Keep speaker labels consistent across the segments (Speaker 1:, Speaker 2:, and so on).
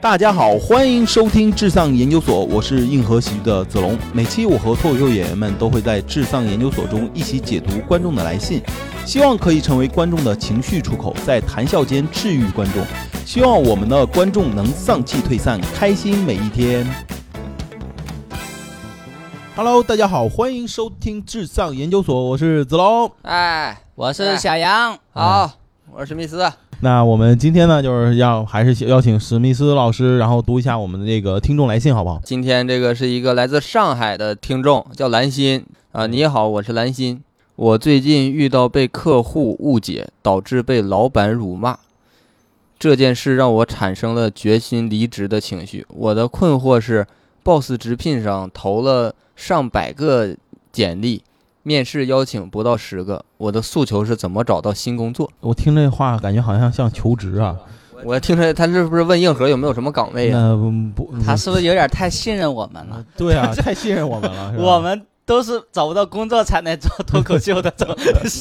Speaker 1: 大家好，欢迎收听至丧研究所，我是硬核喜剧的子龙。每期我和脱口秀演员们都会在至丧研究所中一起解读观众的来信，希望可以成为观众的情绪出口，在谈笑间治愈观众。希望我们的观众能丧气退散，开心每一天。Hello，大家好，欢迎收听至丧研究所，我是子龙。
Speaker 2: 哎，
Speaker 3: 我是小杨，
Speaker 2: 好，我是史密斯。
Speaker 1: 那我们今天呢，就是要还是邀请史密斯老师，然后读一下我们的这个听众来信，好不好？
Speaker 2: 今天这个是一个来自上海的听众，叫兰心啊。你好，我是兰心。我最近遇到被客户误解，导致被老板辱骂，这件事让我产生了决心离职的情绪。我的困惑是，boss 直聘上投了上百个简历，面试邀请不到十个。我的诉求是怎么找到新工作？
Speaker 1: 我听这话感觉好像像求职啊，
Speaker 2: 我听着他是不是问硬核有没有什么岗位啊？
Speaker 1: 那嗯不不
Speaker 3: 哎他是不是有点太信任我们了？
Speaker 1: 对 啊，太信任我们
Speaker 2: 嗯
Speaker 1: 了，是吧
Speaker 3: 我们都是找不到工作才能做脱 口秀的，这种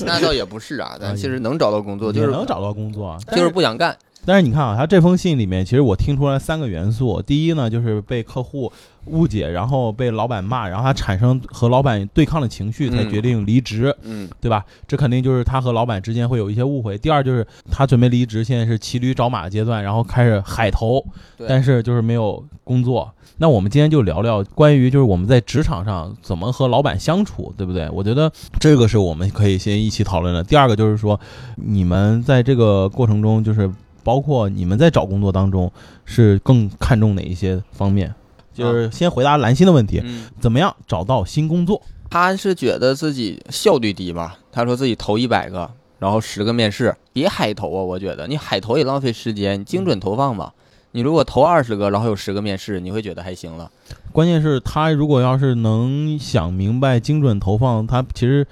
Speaker 2: 那倒也不是啊，但其实能找到工作，就
Speaker 1: 也
Speaker 2: 是
Speaker 1: 能找到工作，但
Speaker 2: 就是不想干。
Speaker 1: 但是你看啊，他这封信里面，其实我听出来三个元素。第一呢，就是被客户误解，然后被老板骂，然后他产生和老板对抗的情绪，才
Speaker 2: 嗯
Speaker 1: 决定离职，
Speaker 2: 嗯，
Speaker 1: 对吧？这肯定就是他和老板之间会有一些误会。第二就是他准备离职，现在是骑驴找马阶段，然后开始海投，
Speaker 2: 对
Speaker 1: 但是就是没有工作。那我们今天就聊聊关于就是我们在职场上怎么和老板相处，对不对？我觉得这个是我们可以先一起讨论的。第二个就是说，你们在这个过程中，就是包括你们在找工作当中，是更看重哪一些方面？就是先回答兰心的问题，
Speaker 2: 啊嗯，
Speaker 1: 怎么样找到新工作？
Speaker 2: 他是觉得自己效率低嘛？他说自己投一百个，然后十个面试，别海投啊！我觉得你海投也浪费时间，你精准投放嘛。你如果投二十个，然后有十个面试，你会觉得还行了。
Speaker 1: 关键是他如果要是能想明白精准投放，他其实，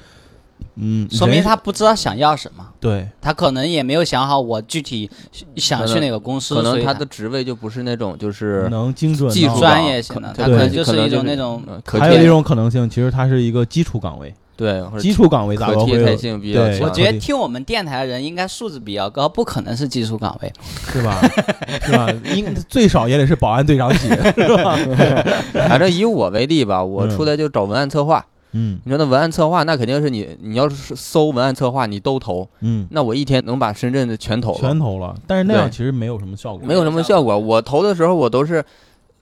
Speaker 1: 嗯，
Speaker 3: 说明
Speaker 1: 人
Speaker 3: 他不知道想要什么，
Speaker 1: 对
Speaker 3: 他可能也没有想好我具体想去哪个公司，
Speaker 2: 可能
Speaker 3: 所以
Speaker 2: 他
Speaker 3: 他
Speaker 2: 的职位就不是那种就是
Speaker 1: 能精准
Speaker 2: 技
Speaker 1: 到
Speaker 2: 术
Speaker 3: 专业性
Speaker 2: 可
Speaker 3: 的
Speaker 2: 对
Speaker 3: 他
Speaker 1: 可能
Speaker 3: 就是
Speaker 2: 可能
Speaker 3: 一种
Speaker 2: 是
Speaker 3: 那种
Speaker 2: 呃可
Speaker 1: 嗯还有
Speaker 2: 替
Speaker 1: 一种可能性，其实它是一个基础岗位，
Speaker 2: 对或者
Speaker 1: 基础岗位打
Speaker 2: 可
Speaker 1: 包
Speaker 2: 替代
Speaker 1: 会
Speaker 2: 性比较
Speaker 1: 对
Speaker 3: 我
Speaker 2: 强
Speaker 1: 觉。
Speaker 3: 觉得听我们电台的人应该素质比较高，不可能是技术岗位。
Speaker 1: 是吧？是吧？应 最少也得是保安队长起，是吧？
Speaker 2: 反正以我为例吧，我出来就找文案策划。
Speaker 1: 嗯
Speaker 2: 你说那文案策划，那肯定是你，你要是搜文案策划，你都投，
Speaker 1: 嗯，
Speaker 2: 那我一天能把深圳的全投了，
Speaker 1: 全投了，但是那样
Speaker 2: 对
Speaker 1: 其实没有什么效果，
Speaker 2: 没有什么效果。我投的时候，我都是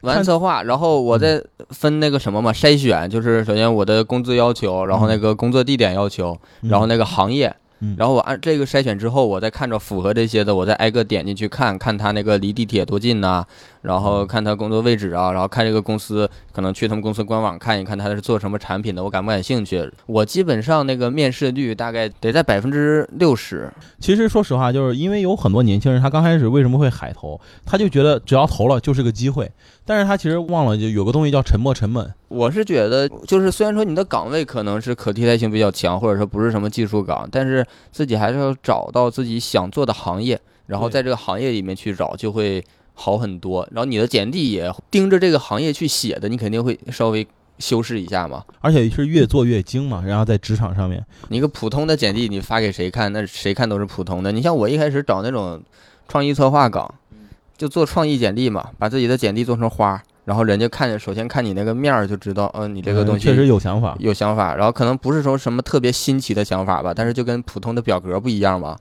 Speaker 2: 完策划，然后我再分那个什么嘛，筛选，就是首先我的工资要求，然后那个工作地点要求，
Speaker 1: 嗯
Speaker 2: 然后那个行业
Speaker 1: 嗯，
Speaker 2: 然后我按这个筛选之后，我再看着符合这些的，我再挨个点进去看看他那个离地铁多近呐、然后看他工作位置啊，然后看这个公司，可能去他们公司官网看一看他是做什么产品的，我感不感兴趣。我基本上那个面试率大概得在百分之六十，
Speaker 1: 其实说实话，就是因为有很多年轻人，他刚开始为什么会海投，他就觉得只要投了就是个机会，但是他其实忘了就有个东西叫沉没成本，
Speaker 2: 我是觉得，就是虽然说你的岗位可能是可替代性比较强，或者说不是什么技术岗，但是自己还是要找到自己想做的行业，然后
Speaker 1: 对
Speaker 2: 在这个行业里面去找，就会好很多。然后你的简历也盯着这个行业去写的，你肯定会稍微修饰一下嘛。
Speaker 1: 而且是越做越精嘛，然后在职场上面，
Speaker 2: 你一个普通的简历，你发给谁看？那谁看都是普通的。你像我一开始找那种创意策划岗，
Speaker 1: 嗯
Speaker 2: 就做创意简历嘛，把自己的简历做成花儿，然后人家看，首先看你那个面儿就知道，嗯、你这个
Speaker 1: 嗯
Speaker 2: 东西
Speaker 1: 确实有想法，
Speaker 2: 有想法，然后可能不是说什么特别新奇的想法吧，但是就跟普通的表格不一样嘛。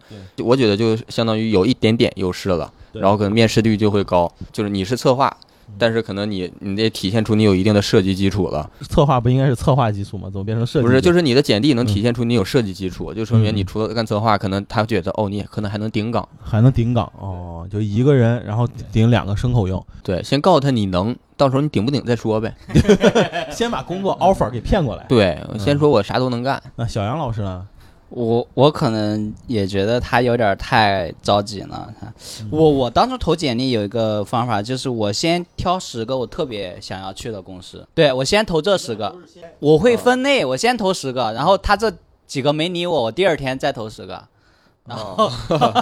Speaker 2: 我觉得就相当于有一点点优势了，
Speaker 1: 对
Speaker 2: 然后可能面试率就会高。就是你是策划，但是可能你你得体现出你有一定的设计基础了，
Speaker 1: 策划不应该是策划技术吗？怎么变成设计？
Speaker 2: 不是？就是是你的简历能体现出你有设计基础，就说明你除了干策划，可能他觉得哦，你也可能还能顶岗。
Speaker 1: 还能顶岗哦，就一个人，然后顶两个牲口用，
Speaker 2: 对，先告诉他你能，到时候你顶不顶再说呗。
Speaker 1: 先把工作 offer 给骗过来。
Speaker 2: 对，先说我啥都能干。
Speaker 1: 那小杨老师呢？
Speaker 3: 我我可能也觉得他有点太着急了。我我当初投简历有一个方法，就是我先挑十个我特别想要去的公司，对我先投这十个，我会分类，我先投十个，然后他这几个没理我，我第二天再投十个，然后，
Speaker 2: 哦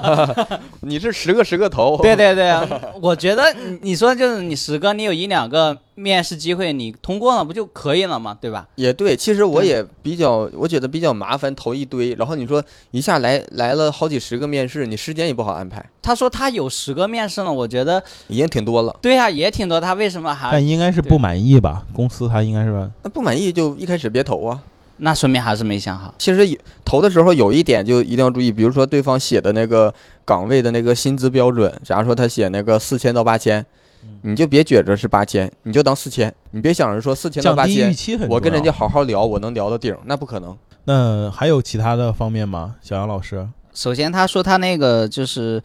Speaker 2: 你是十个十个 投，
Speaker 3: 对对对，我觉得你你说就是你十个，你有一两个面试机会，你通过了不就可以了吗？对吧？
Speaker 2: 也对，其实我也比较，我觉得比较麻烦，投一堆，然后你说一下来来了好几十个面试，你时间也不好安排，
Speaker 3: 他说他有十个面试了，我觉得
Speaker 2: 已经挺多了。
Speaker 3: 对呀、也挺多，他为什么
Speaker 2: 啊
Speaker 3: 还
Speaker 1: 但应该是不满意吧？公司他应该是吧？
Speaker 2: 那不满意就一开始别投啊。
Speaker 3: 那说明还是没想好。
Speaker 2: 其实有投的时候有一点就一定要注意，比如说对方写的那个岗位的那个薪资标准，假如说他写那个四千到八千，
Speaker 1: 嗯
Speaker 2: 你就别觉着是八千，你就当四千，你别想着说四千到
Speaker 1: 降
Speaker 2: 八
Speaker 1: 低预
Speaker 2: 千，
Speaker 1: 期很重要。
Speaker 2: 我跟人家好好聊，我能聊到顶，那不可能。
Speaker 1: 那还有其他的方面吗？小杨老师，
Speaker 3: 首先，他说他那个就是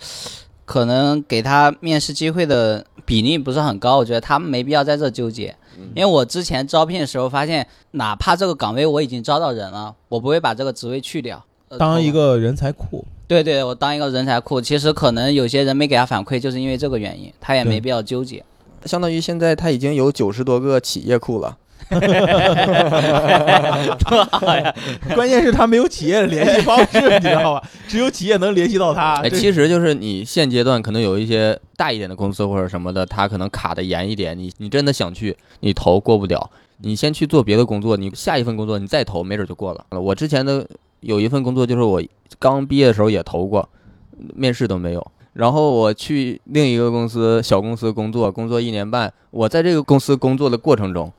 Speaker 3: 可能给他面试机会的比例不是很高，我觉得他们没必要在这纠结。
Speaker 1: 嗯
Speaker 3: 因为我之前招聘的时候发现，哪怕这个岗位我已经招到人了，我不会把这个职位去掉。呃
Speaker 1: 当一个人才库，
Speaker 3: 对对，我当一个人才库。其实可能有些人没给他反馈，就是因为这个原因，他也
Speaker 1: 对
Speaker 3: 没必要纠结。
Speaker 2: 相当于现在他已经有九十多个企业库了，
Speaker 1: 关键是他没有企业的联系方式，你知道吧？ 只有企业能联系到他。
Speaker 2: 哎，
Speaker 1: 这
Speaker 2: 其实就是你现阶段可能有一些大一点的公司或者什么的，他可能卡的严一点，你你真的想去，你投过不了，你先去做别的工作，你下一份工作你再投，没准就过了。我之前的有一份工作就是我刚毕业的时候也投过，面试都没有。然后我去另一个公司小公司工作，工作一年半，我在这个公司工作的过程中，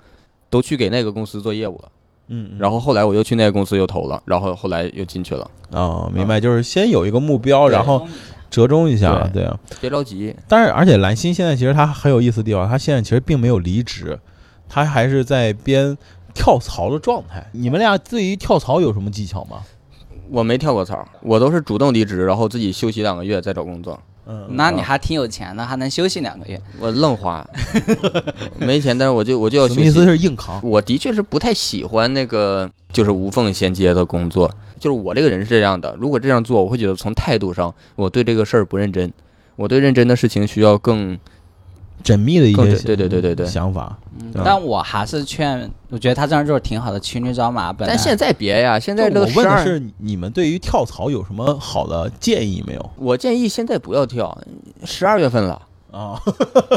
Speaker 2: 都去给那个公司做业务了。
Speaker 1: 嗯，
Speaker 2: 然后后来我又去那个公司又投了，然后后来又进去了，
Speaker 1: 哦，明白，就是先有一个目标，然后折中一下，对啊。
Speaker 2: 别着急。
Speaker 1: 但是而且兰心现在其实他很有意思的地方，他现在其实并没有离职，他还是在边跳槽的状态。你们俩对于跳槽有什么技巧吗？
Speaker 2: 我没跳过槽，我都是主动离职，然后自己休息两个月再找工作。
Speaker 1: 嗯，
Speaker 3: 那你还挺有钱的，还能休息两个月。
Speaker 2: 我 愣花，没钱，但是我就我就要
Speaker 1: 史
Speaker 2: 休
Speaker 1: 密斯
Speaker 2: 息。
Speaker 1: 是硬扛，
Speaker 2: 我的确是不太喜欢那个就是无缝衔接的工作，就是我这个人是这样的。如果这样做，我会觉得从态度上我对这个事儿不认真，我对认真的事情需要更
Speaker 1: 缜密的一
Speaker 2: 更
Speaker 1: 些
Speaker 2: 对对对对对
Speaker 1: 想法。嗯
Speaker 3: 但我还是劝，我觉得他这样做挺好的，骑驴找马。本来
Speaker 2: 但现在别呀，现在这
Speaker 1: 就
Speaker 2: 个
Speaker 1: 我
Speaker 2: 事
Speaker 1: 问的
Speaker 2: 儿，
Speaker 1: 是你们对于跳槽有什么好的建议没有
Speaker 2: 我建议现在不要跳，十二月份了，
Speaker 1: 啊？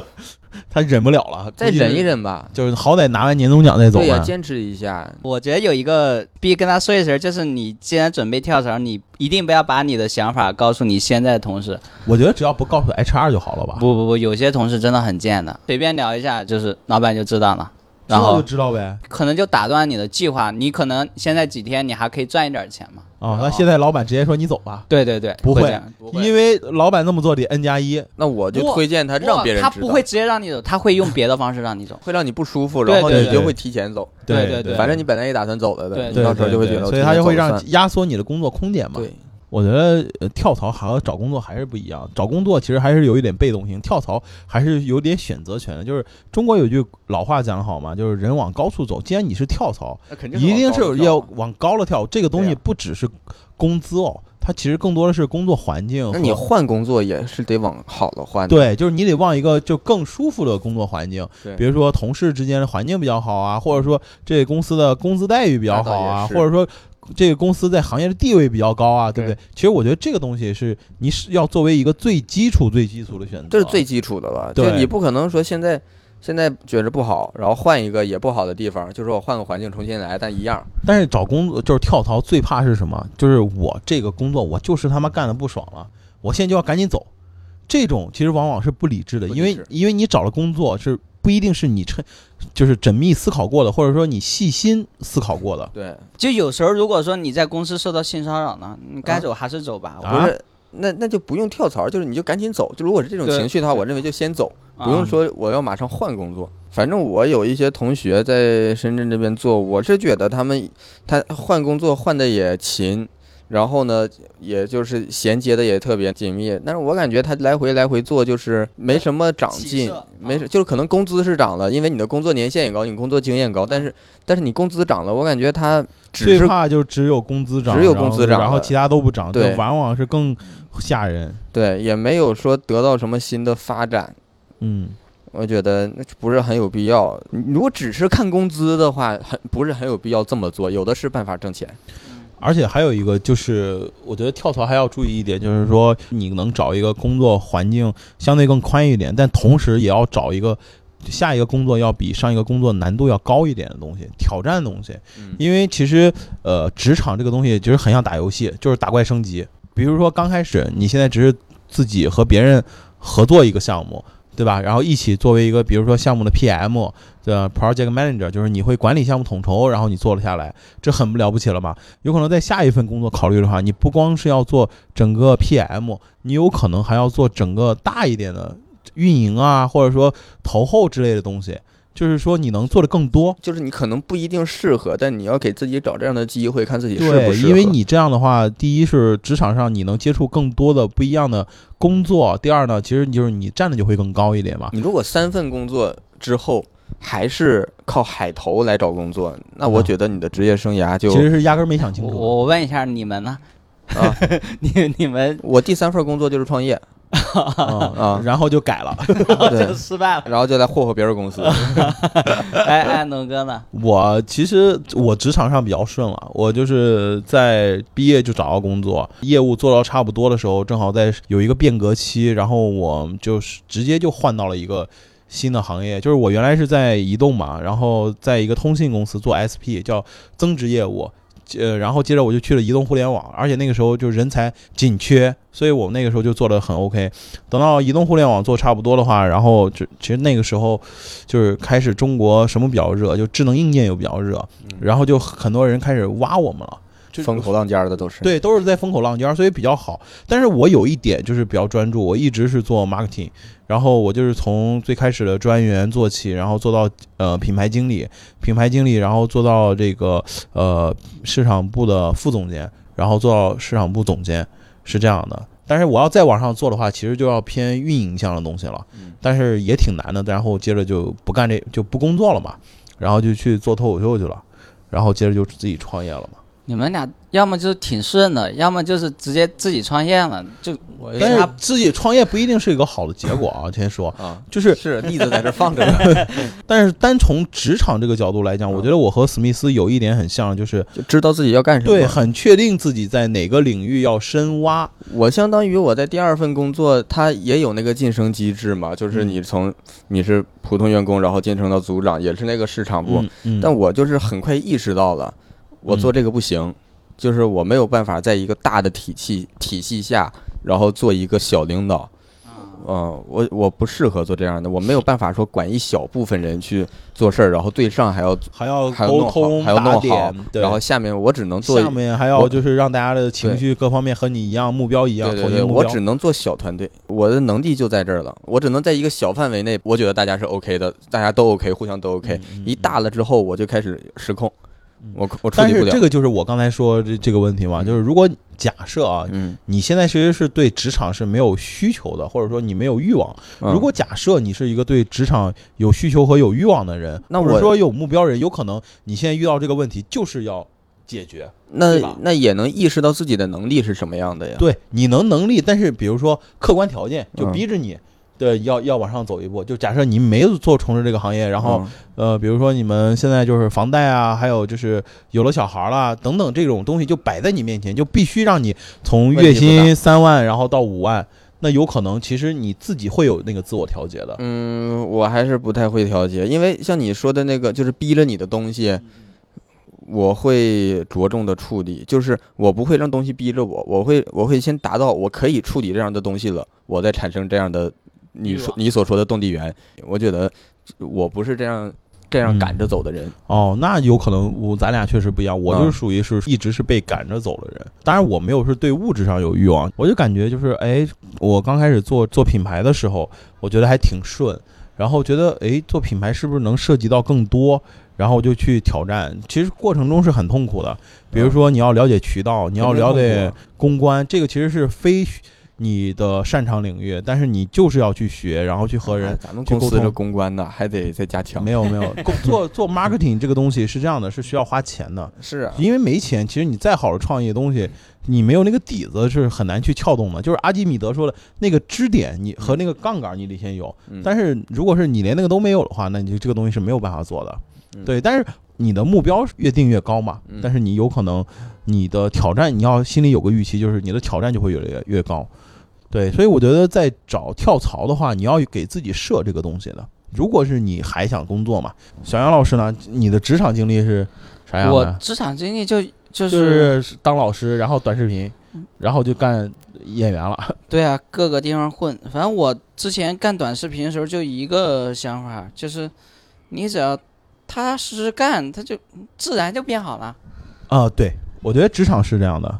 Speaker 1: 他忍不了了，
Speaker 2: 再
Speaker 1: 估计是
Speaker 2: 忍一，忍吧。
Speaker 1: 就是好歹拿完年终奖再走
Speaker 2: 对呀、
Speaker 1: 嘛。
Speaker 2: 坚持一下。
Speaker 3: 我觉得有一个必须跟他说一声，就是你既然准备跳槽，你一定不要把你的想法告诉你现在的同事。
Speaker 1: 我觉得只要不告诉 HR 就好了吧，
Speaker 3: 不不不，有些同事真的很贱的，随便聊一下就是老板就知道了，
Speaker 1: 知道
Speaker 3: 然后
Speaker 1: 就知道呗。啊
Speaker 3: 可能就打断你的计划。你可能现在几天你还可以赚一点钱嘛。
Speaker 1: 啊，那现在老板直接说你走吧，
Speaker 3: 对对对，
Speaker 1: 不
Speaker 3: 会
Speaker 1: 会
Speaker 3: 这样，
Speaker 1: 因为老板那么做得 N 加一，
Speaker 2: 那我就
Speaker 3: 不
Speaker 2: 推荐他让别人
Speaker 3: 他
Speaker 2: 知
Speaker 3: 不
Speaker 2: 道
Speaker 3: 会直接让你走，他会用别的方式让你走。
Speaker 2: 会让你不舒服，
Speaker 3: 对
Speaker 2: 然后
Speaker 3: 对
Speaker 2: 你
Speaker 1: 对
Speaker 2: 就会提前走。
Speaker 3: 对
Speaker 1: 对
Speaker 3: 对对
Speaker 2: 反正你本来也打算走了的，
Speaker 3: 对
Speaker 2: 你
Speaker 1: 对
Speaker 2: 到时候就会觉得，
Speaker 1: 所以他就会让
Speaker 2: 今
Speaker 1: 压缩你的工作空间嘛。
Speaker 2: 天走了算
Speaker 1: 我觉得呃跳槽和找工作还是不一样，找工作其实还是有一点被动性，跳槽还是有点选择权的。就是中国有句老话讲得好嘛，就是人往高处走。既然你是跳槽，
Speaker 2: 对，肯
Speaker 1: 一定是有要往高了跳。这个东
Speaker 2: 对
Speaker 1: 西
Speaker 2: 呀
Speaker 1: 不只是工资哦，它其实更多的是工作环境
Speaker 2: 那你
Speaker 1: 和。
Speaker 2: 换工作也是得往好了换的，
Speaker 1: 对，就是你得往一个就更舒服的工作环境
Speaker 2: 对，
Speaker 1: 比如说同事之间的环境比较好啊，或者说这个公司的工资待遇比较好啊，
Speaker 2: 那倒也是
Speaker 1: 或者说这个公司在行业的地位比较高啊，对不对？
Speaker 2: 对
Speaker 1: 其实我觉得这个东西是你是要作为一个最基础、最基础的选择，
Speaker 2: 这是最基础的了。
Speaker 1: 对
Speaker 2: 就你不可能说现在现在觉着不好，然后换一个也不好的地方，就说我换个环境重新来，但一样。
Speaker 1: 但是找工作就是跳槽，最怕是什么？就是我这个工作我就是他妈干的不爽了，我现在就要赶紧走。这种其实往往是不理智的，
Speaker 2: 不
Speaker 1: 因
Speaker 2: 理
Speaker 1: 为
Speaker 2: 智
Speaker 1: 因为你找了工作是不一定是你趁就是缜密思考过的，或者说你细心思考过的。
Speaker 2: 对，
Speaker 3: 就有时候如果说你在公司受到性骚扰呢，你该走还是走吧。
Speaker 1: 啊
Speaker 2: 不是。那那就不用跳槽，就是你就赶紧走。就如果是这种
Speaker 3: 对
Speaker 2: 情绪的话，我认为就先走，
Speaker 3: 我啊
Speaker 2: 不用说我要马上换工作。反正我有一些同学在深圳这边做，我是觉得他们他换工作换的也勤，然后呢，也就是衔接的也特别紧密。但是我感觉他来回来回做就是没什么长
Speaker 3: 起
Speaker 2: 进
Speaker 3: 色，
Speaker 2: 没
Speaker 3: 啊
Speaker 2: 什就是可能工资是涨了，因为你的工作年限也高，你工作经验高，但是但是你工资涨了，我感觉他只
Speaker 1: 最
Speaker 2: 是
Speaker 1: 怕就只有工资涨，
Speaker 2: 只有工资
Speaker 1: 然
Speaker 2: 涨
Speaker 1: 后然后
Speaker 2: 了
Speaker 1: 其他都不涨，
Speaker 2: 对
Speaker 1: 就往往是更吓人。
Speaker 2: 对也没有说得到什么新的发展。
Speaker 1: 嗯，
Speaker 2: 我觉得那不是很有必要。你如果只是看工资的话，很不是很有必要这么做。有的是办法挣钱。
Speaker 1: 而且还有一个就是，我觉得跳槽还要注意一点，就是说你能找一个工作环境相对更宽一点，但同时也要找一个下一个工作要比上一个工作难度要高一点的东西，挑战的东西。
Speaker 2: 嗯
Speaker 1: 因为其实呃，职场这个东西其实很像打游戏，就是打怪升级。比如说刚开始你现在只是自己和别人合作一个项目，对吧？然后一起作为一个比如说项目的 PM 的 Project Manager，就是你会管理项目统筹，然后你做了下来，这很不了不起了嘛。有可能在下一份工作考虑的话，你不光是要做整个 PM，你有可能还要做整个大一点的运营啊，或者说投后之类的东西。就是说你能做的更多，
Speaker 2: 就是你可能不一定适合，但你要给自己找这样的机会，看自己适
Speaker 1: 对，
Speaker 2: 不适合。
Speaker 1: 因为你这样的话，第一是职场上你能接触更多的不一样的工作，第二呢，其实就是你站的就会更高一点嘛。
Speaker 2: 你如果三份工作之后还是靠海投来找工作，那我
Speaker 1: 嗯
Speaker 2: 觉得你的职业生涯就
Speaker 1: 其实是压根儿没想清
Speaker 3: 我
Speaker 1: 楚。
Speaker 3: 我问一下你们呢？
Speaker 2: 啊，
Speaker 3: 你你们
Speaker 2: 我第三份工作就是 创业，
Speaker 1: 啊
Speaker 2: 啊
Speaker 1: 然后就改了。
Speaker 3: 就
Speaker 2: 对，
Speaker 3: 失败了。
Speaker 2: 然后就来霍霍别人公司。
Speaker 3: 哎哎，农哥呢？
Speaker 1: 我其实我职场上比较顺了，我就是在毕业就找到工作，业务做到差不多的时候，正好在有一个变革期，然后我就是直接就换到了一个新的行业，就是我原来是在移动嘛，然后在一个通信公司做 SP，叫增值业务。呃，然后接着我就去了移动互联网，而且那个时候就人才紧缺，所以我那个时候就做的很 OK。等到移动互联网做差不多的话，然后就其实那个时候就是开始中国什么比较热，就智能硬件又比较热，然后就很多人开始挖我们了， 就
Speaker 2: 嗯风口浪尖儿的都是。，
Speaker 1: 对，都是在风口浪尖儿，所以比较好。但是我有一点就是比较专注，我一直是做 marketing，然后我就是从最开始的专员做起，然后做到呃品牌经理，品牌经理，然后做到这个呃市场部的副总监，然后做到市场部总监，是这样的。但是我要再往上做的话，其实就要偏运营项的东西了，但是也挺难的。然后接着就不干这就不工作了嘛，然后就去做脱口秀去了，然后接着就自己创业了嘛。
Speaker 3: 你们俩要么就是挺顺的，要么就是直接自己创业了，就
Speaker 2: 我
Speaker 1: 但是
Speaker 3: 他
Speaker 1: 自己创业不一定是一个好的结果啊，先说，
Speaker 2: 啊，
Speaker 1: 就是，
Speaker 2: 是例子在这放 着呢，
Speaker 1: 但是单从职场这个角度来讲，我觉得我和史密斯有一点很像，就是
Speaker 2: 就知道自己要干什么。
Speaker 1: 对，很确定自己在哪个领域要深挖，
Speaker 2: 我相当于我在第二份工作，它也有那个晋升机制嘛，
Speaker 1: 嗯
Speaker 2: 就是你从你是普通员工，然后晋升到组长，也是那个市场部。
Speaker 1: 嗯，嗯
Speaker 2: 但我就是很快意识到了，我做这个不行，就是我没有办法在一个大的体系体系下，然后做一个小领导。
Speaker 1: 啊
Speaker 2: 嗯、我我不适合做这样的，我没有办法说管一小部分人去做事儿，然后对上还要
Speaker 1: 还要
Speaker 2: 还要弄
Speaker 1: 沟
Speaker 2: 好，
Speaker 1: 通
Speaker 2: 还要
Speaker 1: 打
Speaker 2: 弄好
Speaker 1: 点，，对
Speaker 2: 然后下面我只能做一
Speaker 1: 下面还要
Speaker 2: 我
Speaker 1: 就是让大家的情绪各方面和你一样，目标一样，
Speaker 2: 对对
Speaker 1: 统一
Speaker 2: 对，
Speaker 1: 目
Speaker 2: 我
Speaker 1: 标
Speaker 2: 只。能做小团队，我的能力就在这儿了。我只能在一个小范围内，我觉得大家是 OK 的，大家都 OK，互相
Speaker 1: 嗯
Speaker 2: 都 OK。一大了之后，我就开始失控，我我处
Speaker 1: 但
Speaker 2: 理
Speaker 1: 是
Speaker 2: 不了。
Speaker 1: 这个就是我刚才说这这个问题嘛，就是如果假设啊，
Speaker 2: 嗯，
Speaker 1: 你现在其实是对职场是没有需求的，或者说你没有欲望，
Speaker 2: 嗯
Speaker 1: 如果假设你是一个对职场有需求和有欲望的人，
Speaker 2: 那
Speaker 1: 或者
Speaker 2: 我
Speaker 1: 说有目标人，有可能你现在遇到这个问题就是要解决。
Speaker 2: 那
Speaker 1: 对吧
Speaker 2: 那也能意识到自己的能力是什么样的呀？
Speaker 1: 对，你能能力，但是比如说客观条件就
Speaker 2: 嗯
Speaker 1: 逼着你。对，要要往上走一步。就假设你没有做从事这个行业，然
Speaker 2: 嗯
Speaker 1: 后、呃，比如说你们现在就是房贷啊，还有就是有了小孩啦等等这种东西就摆在你面前，就必须让你从
Speaker 2: 问
Speaker 1: 月
Speaker 2: 题不大
Speaker 1: 薪三万然后到五万，那有可能其实你自己会有那个自我调节的。
Speaker 2: 嗯，嗯，我还是不太会调节，因为像你说的那个，就是逼着你的东
Speaker 3: 嗯
Speaker 2: 西。我会着重的处理，就是我不会让东西逼着我，我会我会先达到我可以处理这样的东西了，我再产生这样的你
Speaker 3: 欲望
Speaker 2: 说你所说的动力源。我觉得我不是这样这样
Speaker 1: 嗯
Speaker 2: 赶着走的人，
Speaker 1: 哦，那有可能我咱俩确实不一样，我就是
Speaker 2: 嗯
Speaker 1: 属于是一直是被赶着走的人。当然，我没有是对物质上有欲望，我就感觉就是，哎，我刚开始做做品牌的时候，我觉得还挺顺，然后觉得，哎，做品牌是不是能涉及到更多？然后就去挑战，其实过程中是很痛苦的。比如说，你要了解渠道，你要
Speaker 2: 肯定
Speaker 1: 了
Speaker 2: 嗯痛苦
Speaker 1: 解
Speaker 2: 啊
Speaker 1: 公关，这个其实是非你的擅长领域，但是你就是要去学，然后去和人
Speaker 2: 哎咱们
Speaker 1: 去
Speaker 2: 公
Speaker 1: 沟
Speaker 2: 司
Speaker 1: 通
Speaker 2: 的公关呢还得再加强
Speaker 1: 没。有没有，工做做 marketing 这个东西是这样的，是需要花钱的，
Speaker 2: 是啊，
Speaker 1: 因为没钱，其实你再好的创意的东西，你没有那个底子是很难去撬动的。就是阿基米德说的那个支点，你和那个杠杆你得先有，
Speaker 2: 嗯
Speaker 1: 但是如果是你连那个都没有的话，那你就这个东西是没有办法做的。
Speaker 2: 嗯
Speaker 1: 对，但是你的目标越定越高嘛，但是你有可能你的挑战，你要心里有个预期，就是你的挑战就会越来越越高。对，所以我觉得在找跳槽的话，你要给自己设这个东西的。如果是你还想工作嘛，小杨老师呢，你的职场经历是啥样
Speaker 3: 我
Speaker 1: 的？
Speaker 3: 职场经历就就、
Speaker 1: 哎就是是当老师，然后短视频，然后就干演员了。
Speaker 3: 对啊，各个地方混。反正我之前干短视频的时候就一个想法，就是你只要踏踏实实干，它就自然就变好了。
Speaker 1: 啊，对，我觉得职场是这样的，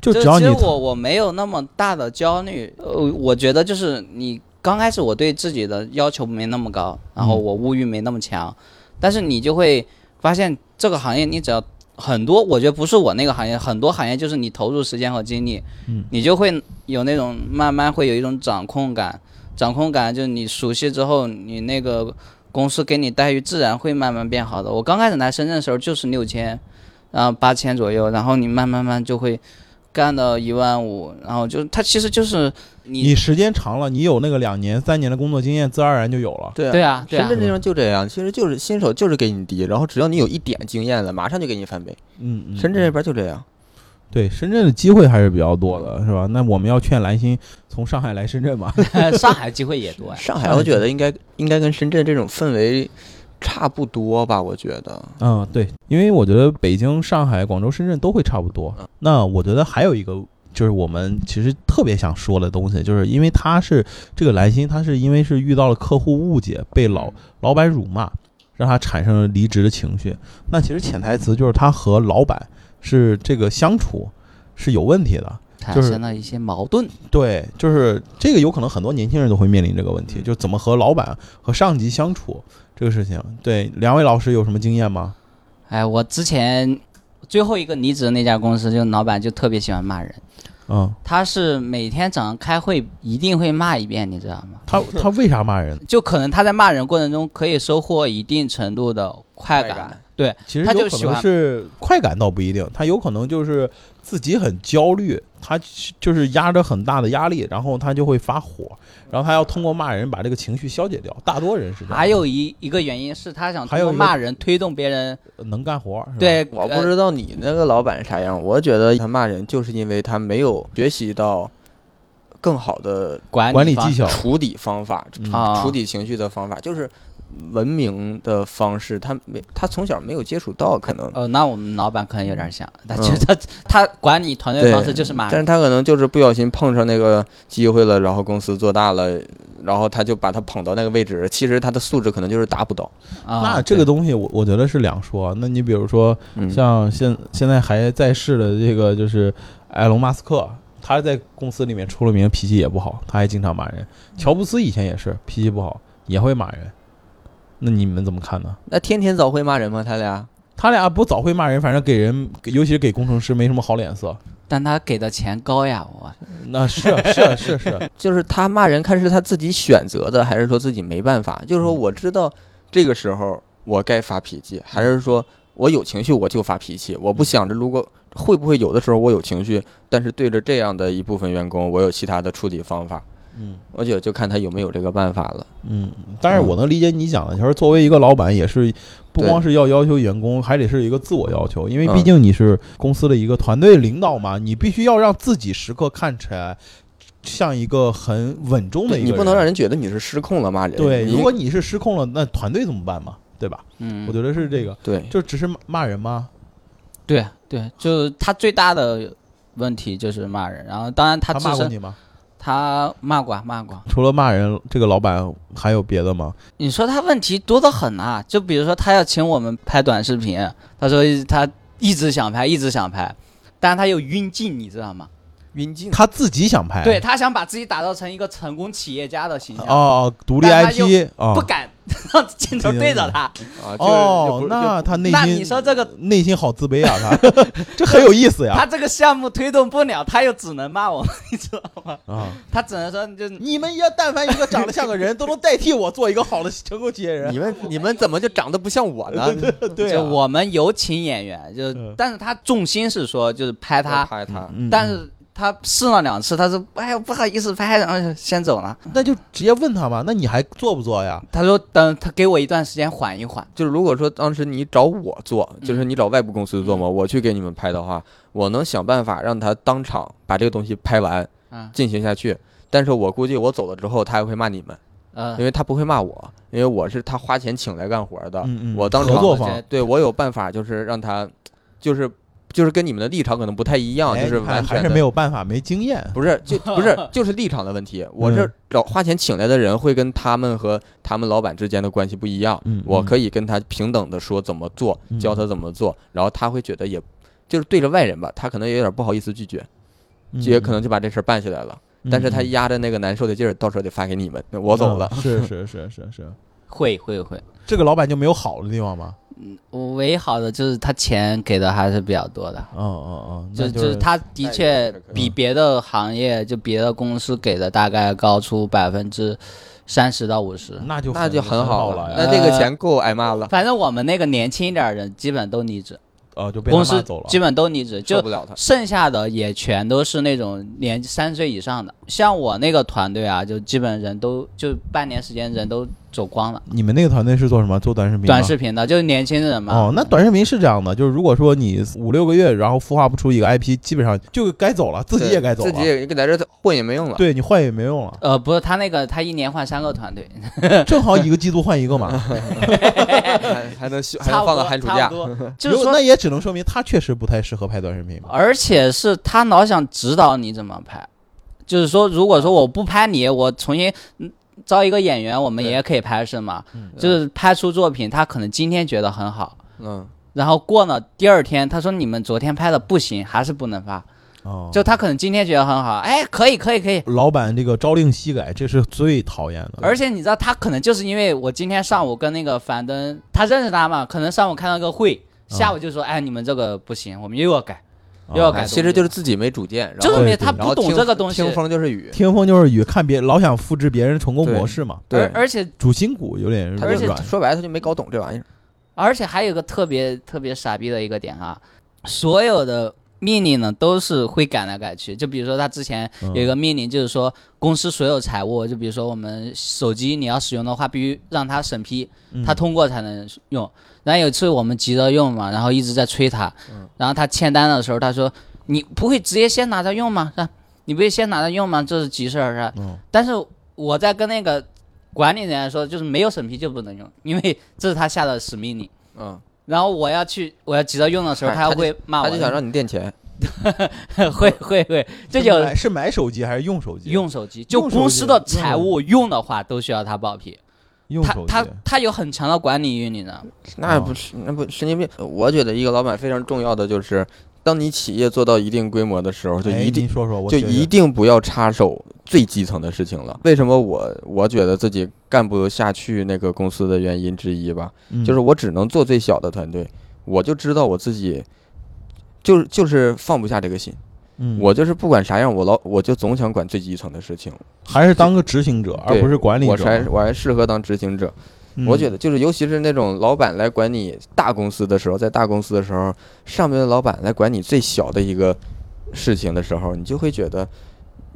Speaker 1: 就只要
Speaker 3: 其
Speaker 1: 你
Speaker 3: 实我我没有那么大的焦虑，呃，我觉得就是你刚开始我对自己的要求没那么高，然后
Speaker 1: 嗯
Speaker 3: 我物欲没那么强，但是你就会发现这个行业你只要很多，我觉得不是我那个行业，很多行业就是你投入时间和精力，
Speaker 1: 嗯
Speaker 3: 你就会有那种慢慢会有一种掌控感，掌控感就是你熟悉之后，你那个公司给你待遇自然会慢慢变好的。我刚开始来深圳的时候就是六千，然后八千左右，然后你慢慢慢就会干到一万五，然后就它其实就是
Speaker 1: 你时间长了，你有那个两年、三年的工作经验，自然而然就有了。
Speaker 2: 对
Speaker 3: 对啊对
Speaker 2: 深
Speaker 3: 啊
Speaker 2: 圳，这地方就这样，其实就是新手就是给你低，然后只要你有一点经验了，马上就给你翻倍。
Speaker 1: 嗯，嗯
Speaker 2: 深圳这边就这样，
Speaker 1: 对深圳的机会还是比较多的，是吧？那我们要劝蓝心从上海来深圳嘛？
Speaker 3: 上海机会也多啊呀。
Speaker 2: 上海我觉得应该应该跟深圳这种氛围差不多吧，我觉得。
Speaker 1: 嗯，对，因为我觉得北京、上海、广州、深圳都会差不多
Speaker 2: 嗯。
Speaker 1: 那我觉得还有一个就是我们其实特别想说的东西，就是因为他是这个蓝心，他是因为是遇到了客户误解，被老老板辱骂，让他产生了离职的情绪。那其实潜台词就是他和老板是这个相处是有问题的。
Speaker 3: 产
Speaker 1: 就是
Speaker 3: 生了一些矛盾，
Speaker 1: 对，就是这个有可能很多年轻人都会面临这个问题，
Speaker 2: 嗯
Speaker 1: 就怎么和老板和上级相处这个事情。对，两位老师有什么经验吗？
Speaker 3: 哎，我之前最后一个离职的那家公司，就老板就特别喜欢骂人，
Speaker 1: 嗯，
Speaker 3: 他是每天早上开会一定会骂一遍，你知道吗？
Speaker 1: 他他为啥骂人？
Speaker 3: 就可能他在骂人过程中可以收获一定程度的快
Speaker 2: 快
Speaker 3: 感，
Speaker 2: 感
Speaker 3: 对
Speaker 1: 其实
Speaker 3: 他就
Speaker 1: 有可
Speaker 3: 喜
Speaker 1: 能
Speaker 3: 欢
Speaker 1: 是快感倒不一定，他有可能就是自己很焦虑，他就是压着很大的压力，然后他就会发火，然后他要通过骂人把这个情绪消解掉。大多人是这样，
Speaker 3: 还有一一个原因是他想
Speaker 1: 还
Speaker 3: 通
Speaker 1: 有
Speaker 3: 过
Speaker 1: 一个
Speaker 3: 骂人推动别人，
Speaker 1: 能干活，是吧，
Speaker 3: 对，
Speaker 2: 我
Speaker 3: 呃
Speaker 2: 不知道你那个老板啥样，我觉得他骂人就是因为他没有学习到更好的
Speaker 3: 管
Speaker 1: 管理
Speaker 3: 方
Speaker 1: 技巧
Speaker 2: 处理方法、
Speaker 1: 嗯
Speaker 3: 啊，
Speaker 2: 处理情绪的方法，就是文明的方式。他没，他从小没有接触到，可能，
Speaker 3: 呃，那我们老板可能有点像，他
Speaker 2: 嗯
Speaker 3: 觉得他管理团队的
Speaker 2: 对
Speaker 3: 方式就是骂
Speaker 2: 但是
Speaker 3: 人，
Speaker 2: 他可能就是不小心碰上那个机会了，然后公司做大了，然后他就把他捧到那个位置。其实他的素质可能就是达不到。
Speaker 3: 啊
Speaker 1: 那这个东西我我觉得是两说。那你比如说，
Speaker 2: 嗯，
Speaker 1: 像现现在还在世的这个就是埃隆·马斯克，他在公司里面出了名，脾气也不好，他还经常骂人。乔布斯以前也是脾气不好，也会骂人。那你们怎么看呢？
Speaker 2: 那天天早会骂人吗？他俩？
Speaker 1: 他俩不早会骂人，反正给人，给尤其是给工程师没什么好脸色。
Speaker 3: 但他给的钱高呀，我
Speaker 1: 那是啊是啊是啊是 啊，
Speaker 2: 就是他骂人，看是他自己选择的，还是说自己没办法？就是说，我知道这个时候我该发脾气，还是说我有情绪我就发脾气？我不想着如果会不会有的时候我有情绪，但是对着这样的一部分员工，我有其他的处理方法。
Speaker 1: 嗯
Speaker 2: 我觉得就看他有没有这个办法了。
Speaker 1: 嗯。但是我能理解你讲的，就是作为一个老板，也是不光是要要求员工，还得是一个自我要求，因为毕
Speaker 2: 嗯
Speaker 1: 竟你是公司的一个团队领导嘛，你必须要让自己时刻看起来像一个很稳重的一个
Speaker 2: 你不能让
Speaker 1: 人
Speaker 2: 人觉得你是失控了骂人。
Speaker 1: 对，
Speaker 2: 你
Speaker 1: 如果你是失控了，那团队怎么办嘛？对吧？
Speaker 3: 嗯
Speaker 1: 我，觉得是这个，
Speaker 2: 对
Speaker 1: 就只是骂骂人吗？
Speaker 3: 对对，就是他最大的问题就是骂人，然后当然他
Speaker 1: 他
Speaker 3: 自
Speaker 1: 骂过
Speaker 3: 身
Speaker 1: 你吗？
Speaker 3: 他骂过啊骂过啊，
Speaker 1: 除了骂人，这个老板还有别的吗？
Speaker 3: 你说他问题多得很啊，就比如说他要请我们拍短视频，他说一他一直想拍，一直想拍，但是他又晕镜，你知道吗？
Speaker 2: 晕镜，
Speaker 1: 他自己想拍，
Speaker 3: 对他想把自己打造成一个成功企业家的形象，
Speaker 1: 哦，独立
Speaker 3: 但他
Speaker 1: IP 啊
Speaker 3: 不，敢 让镜头对着他。
Speaker 2: 啊，就是就
Speaker 1: 哦
Speaker 2: 不，
Speaker 1: 那
Speaker 2: 就
Speaker 1: 他内
Speaker 3: 那
Speaker 1: 心
Speaker 3: 你说这个
Speaker 1: 内心好自卑啊，他这很有意思
Speaker 3: 他
Speaker 1: 呀
Speaker 3: 这个项目推动不了，他又只能骂我们，你知道吗？
Speaker 1: 啊。
Speaker 3: 他只能说就是
Speaker 1: 你们要但凡一个长得像个人，都能代替我做一个好的成功企业人。
Speaker 2: 你们你们怎么就长得不像我 呢？
Speaker 1: 对
Speaker 3: 就
Speaker 1: 啊，
Speaker 3: 我们有请演员，就、
Speaker 1: 嗯
Speaker 3: 但是他重心是说就是拍他，
Speaker 2: 拍他，
Speaker 1: 嗯
Speaker 3: 但是他试了两次，他说哎呀不好意思拍，然后先走了。
Speaker 1: 那就直接问他吧。那你还做不做呀？
Speaker 3: 他说等他给我一段时间缓一缓。
Speaker 2: 就是如果说当时你找我做，
Speaker 1: 嗯
Speaker 2: 就是你找外部公司做嘛，我去给你们拍的话，我能想办法让他当场把这个东西拍完
Speaker 3: 嗯
Speaker 2: 进行下去。但是我估计我走了之后，他还会骂你们，因
Speaker 3: 嗯，
Speaker 2: 为他不会骂我，因为我是他花钱请来干活的。
Speaker 1: 嗯嗯，
Speaker 2: 我当
Speaker 1: 合
Speaker 2: 场
Speaker 1: 作
Speaker 3: 我觉
Speaker 1: 方
Speaker 3: 得
Speaker 2: 对我有办法，就是让他，就是就是跟你们的立场可能不太一样，
Speaker 1: 哎
Speaker 2: 啊就是
Speaker 1: 你看
Speaker 2: 完
Speaker 1: 还
Speaker 2: 全
Speaker 1: 是
Speaker 2: 的
Speaker 1: 没有办法，没经验。
Speaker 2: 不是，就 不是，就是立场的问题。我这
Speaker 1: 嗯
Speaker 2: 找花钱请来的人会跟他们和他们老板之间的关系不一样，
Speaker 1: 嗯
Speaker 2: 我
Speaker 1: 嗯
Speaker 2: 可以跟他平等的说怎么做，
Speaker 1: 嗯
Speaker 2: 教他怎么做，然后他会觉得也，就是对着外人吧，他可能也有点不好意思拒绝，
Speaker 1: 嗯
Speaker 2: 也可能就把这事儿办下来了。
Speaker 1: 嗯
Speaker 2: 但是他
Speaker 1: 嗯
Speaker 2: 压着那个难受的劲儿，到时候得发给你们，我走了。
Speaker 1: 嗯是是是是是，
Speaker 3: 会会会。
Speaker 1: 这个老板就没有好的地方吗？
Speaker 3: 我唯一好的就是他钱给的还是比较多的，
Speaker 1: 嗯嗯嗯，
Speaker 3: 就
Speaker 1: 那
Speaker 3: 就是他的确比别的行业就别的公司给的大概高出百分之三十到五十。
Speaker 1: 那就
Speaker 2: 那就
Speaker 1: 很
Speaker 2: 很好
Speaker 1: 了呀，
Speaker 2: 那这个钱够挨骂了，
Speaker 3: 反正我们那个年轻一点的人基本都离职，
Speaker 1: 哦，就被他
Speaker 3: 公
Speaker 1: 骂
Speaker 3: 司
Speaker 1: 走了。
Speaker 3: 基本都离职，
Speaker 2: 受
Speaker 3: 就
Speaker 2: 不了他。
Speaker 3: 剩下的也全都是那种年三岁以上的。像我那个团队啊，就基本人都就半年时间人都走光了，
Speaker 1: 你们那个团队是做什么？做短视频吗？
Speaker 3: 短视频的就是年轻人嘛。
Speaker 1: 哦，那短视频是这样的，就是如果说你五六个月，然后孵化不出一个 IP，基本上就该走了，自己也该走了。
Speaker 2: 自己也在这混也没用了。
Speaker 1: 对你换也没用 了，
Speaker 3: 呃，不是他那个，他一年换三个团队，
Speaker 1: 正好一个季度换一个嘛。
Speaker 2: 还还能休还
Speaker 3: 差
Speaker 2: 能
Speaker 3: 不
Speaker 2: 放个
Speaker 3: 多，
Speaker 2: 寒暑
Speaker 3: 差
Speaker 2: 假
Speaker 3: 不， 多， 就
Speaker 1: 如
Speaker 3: 是
Speaker 1: 果
Speaker 3: 说
Speaker 1: 那也只能说明他确实不太适合拍短视频嘛。
Speaker 3: 而且是他老想指导你怎么拍，就是说，如果说我不拍你，我重新嗯招一个演员，我们
Speaker 2: 对
Speaker 3: 也可以拍是吗
Speaker 1: 嗯？
Speaker 3: 就是拍出作品，他可能今天觉得很好，
Speaker 2: 嗯，
Speaker 3: 然后过了第二天，他说你们昨天拍的不行，还是不能发。
Speaker 1: 哦，
Speaker 3: 就他可能今天觉得很好，哎，可以，可以，可以。
Speaker 1: 老板这个朝令夕改，这是最讨厌
Speaker 2: 嗯
Speaker 1: 的。
Speaker 3: 而且你知道，他可能就是因为我今天上午跟那个樊登，他认识他嘛，可能上午看到个会，
Speaker 2: 嗯
Speaker 3: 下午就说，哎，你们这个不行，我们又要改。又要
Speaker 1: 啊
Speaker 3: 改
Speaker 2: 哎其实就是自己没主见，然
Speaker 3: 就
Speaker 2: 后
Speaker 3: 是因
Speaker 1: 对
Speaker 3: 为他
Speaker 1: 对
Speaker 2: 然后
Speaker 3: 不懂
Speaker 2: 听
Speaker 3: 这个东西
Speaker 2: 听，风就是雨，
Speaker 1: 听风就是雨，看别老想复制别人成功
Speaker 2: 对
Speaker 1: 模式嘛。
Speaker 2: 对
Speaker 3: 而而且
Speaker 1: 主心骨有点
Speaker 2: 他
Speaker 1: 软
Speaker 2: 就
Speaker 3: 而且
Speaker 1: 软，
Speaker 2: 说白了他就没搞懂这玩意儿。
Speaker 3: 而且还有一个特别特别傻逼的一个点啊，所有的命令呢都是会改来改去。就比如说他之前
Speaker 1: 嗯
Speaker 3: 有一个命令，就是说公司所有财务，就比如说我们手机你要使用的话，必须让他审批，
Speaker 1: 嗯
Speaker 3: 他通过才能用。然后有一次我们急着用嘛，然后一直在催他，然后他签单的时候他说：“你不会直接先拿着用吗？是吧？你不会先拿着用吗？这是急事儿是吧？”
Speaker 1: 嗯
Speaker 3: 但是我在跟那个管理人员说，就是没有审批就不能用，因为这是他下的死命令。
Speaker 2: 嗯，
Speaker 3: 然后我要去，我要急着用的时候，
Speaker 2: 哎
Speaker 3: 他
Speaker 2: 他
Speaker 3: 会骂我
Speaker 2: 他
Speaker 3: 的，
Speaker 2: 就想让你垫钱，
Speaker 3: 会会会，这
Speaker 1: 是
Speaker 3: 就
Speaker 1: 买是买手机还是用手机？
Speaker 3: 用手机，就
Speaker 1: 用手
Speaker 3: 公
Speaker 1: 机
Speaker 3: 司的
Speaker 1: 用
Speaker 3: 财务用的话都需要他报批，
Speaker 1: 用
Speaker 3: 他
Speaker 1: 手机
Speaker 3: 他他有很强的管理欲，你知道吗？
Speaker 2: 那不是那不神经病。我觉得一个老板非常重要的就是，当你企业做到一定规模的时候，就
Speaker 1: 哎
Speaker 2: 一定
Speaker 1: 您说说，我
Speaker 2: 就
Speaker 1: 学学
Speaker 2: 一定不要插手最基层的事情了。为什么我我觉得自己干不下去那个公司的原因之一吧，
Speaker 1: 嗯
Speaker 2: 就是我只能做最小的团队，我就知道我自己，就是就是放不下这个心，
Speaker 1: 嗯
Speaker 2: 我就是不管啥样，我老我就总想管最基层的事情，
Speaker 1: 还是当个执行者，而
Speaker 2: 对
Speaker 1: 不是管理
Speaker 2: 我
Speaker 1: 者。
Speaker 2: 才我还适合当执行者。
Speaker 1: 嗯
Speaker 2: 我觉得就是，尤其是那种老板来管你大公司的时候，在大公司的时候，上面的老板来管你最小的一个事情的时候，你就会觉得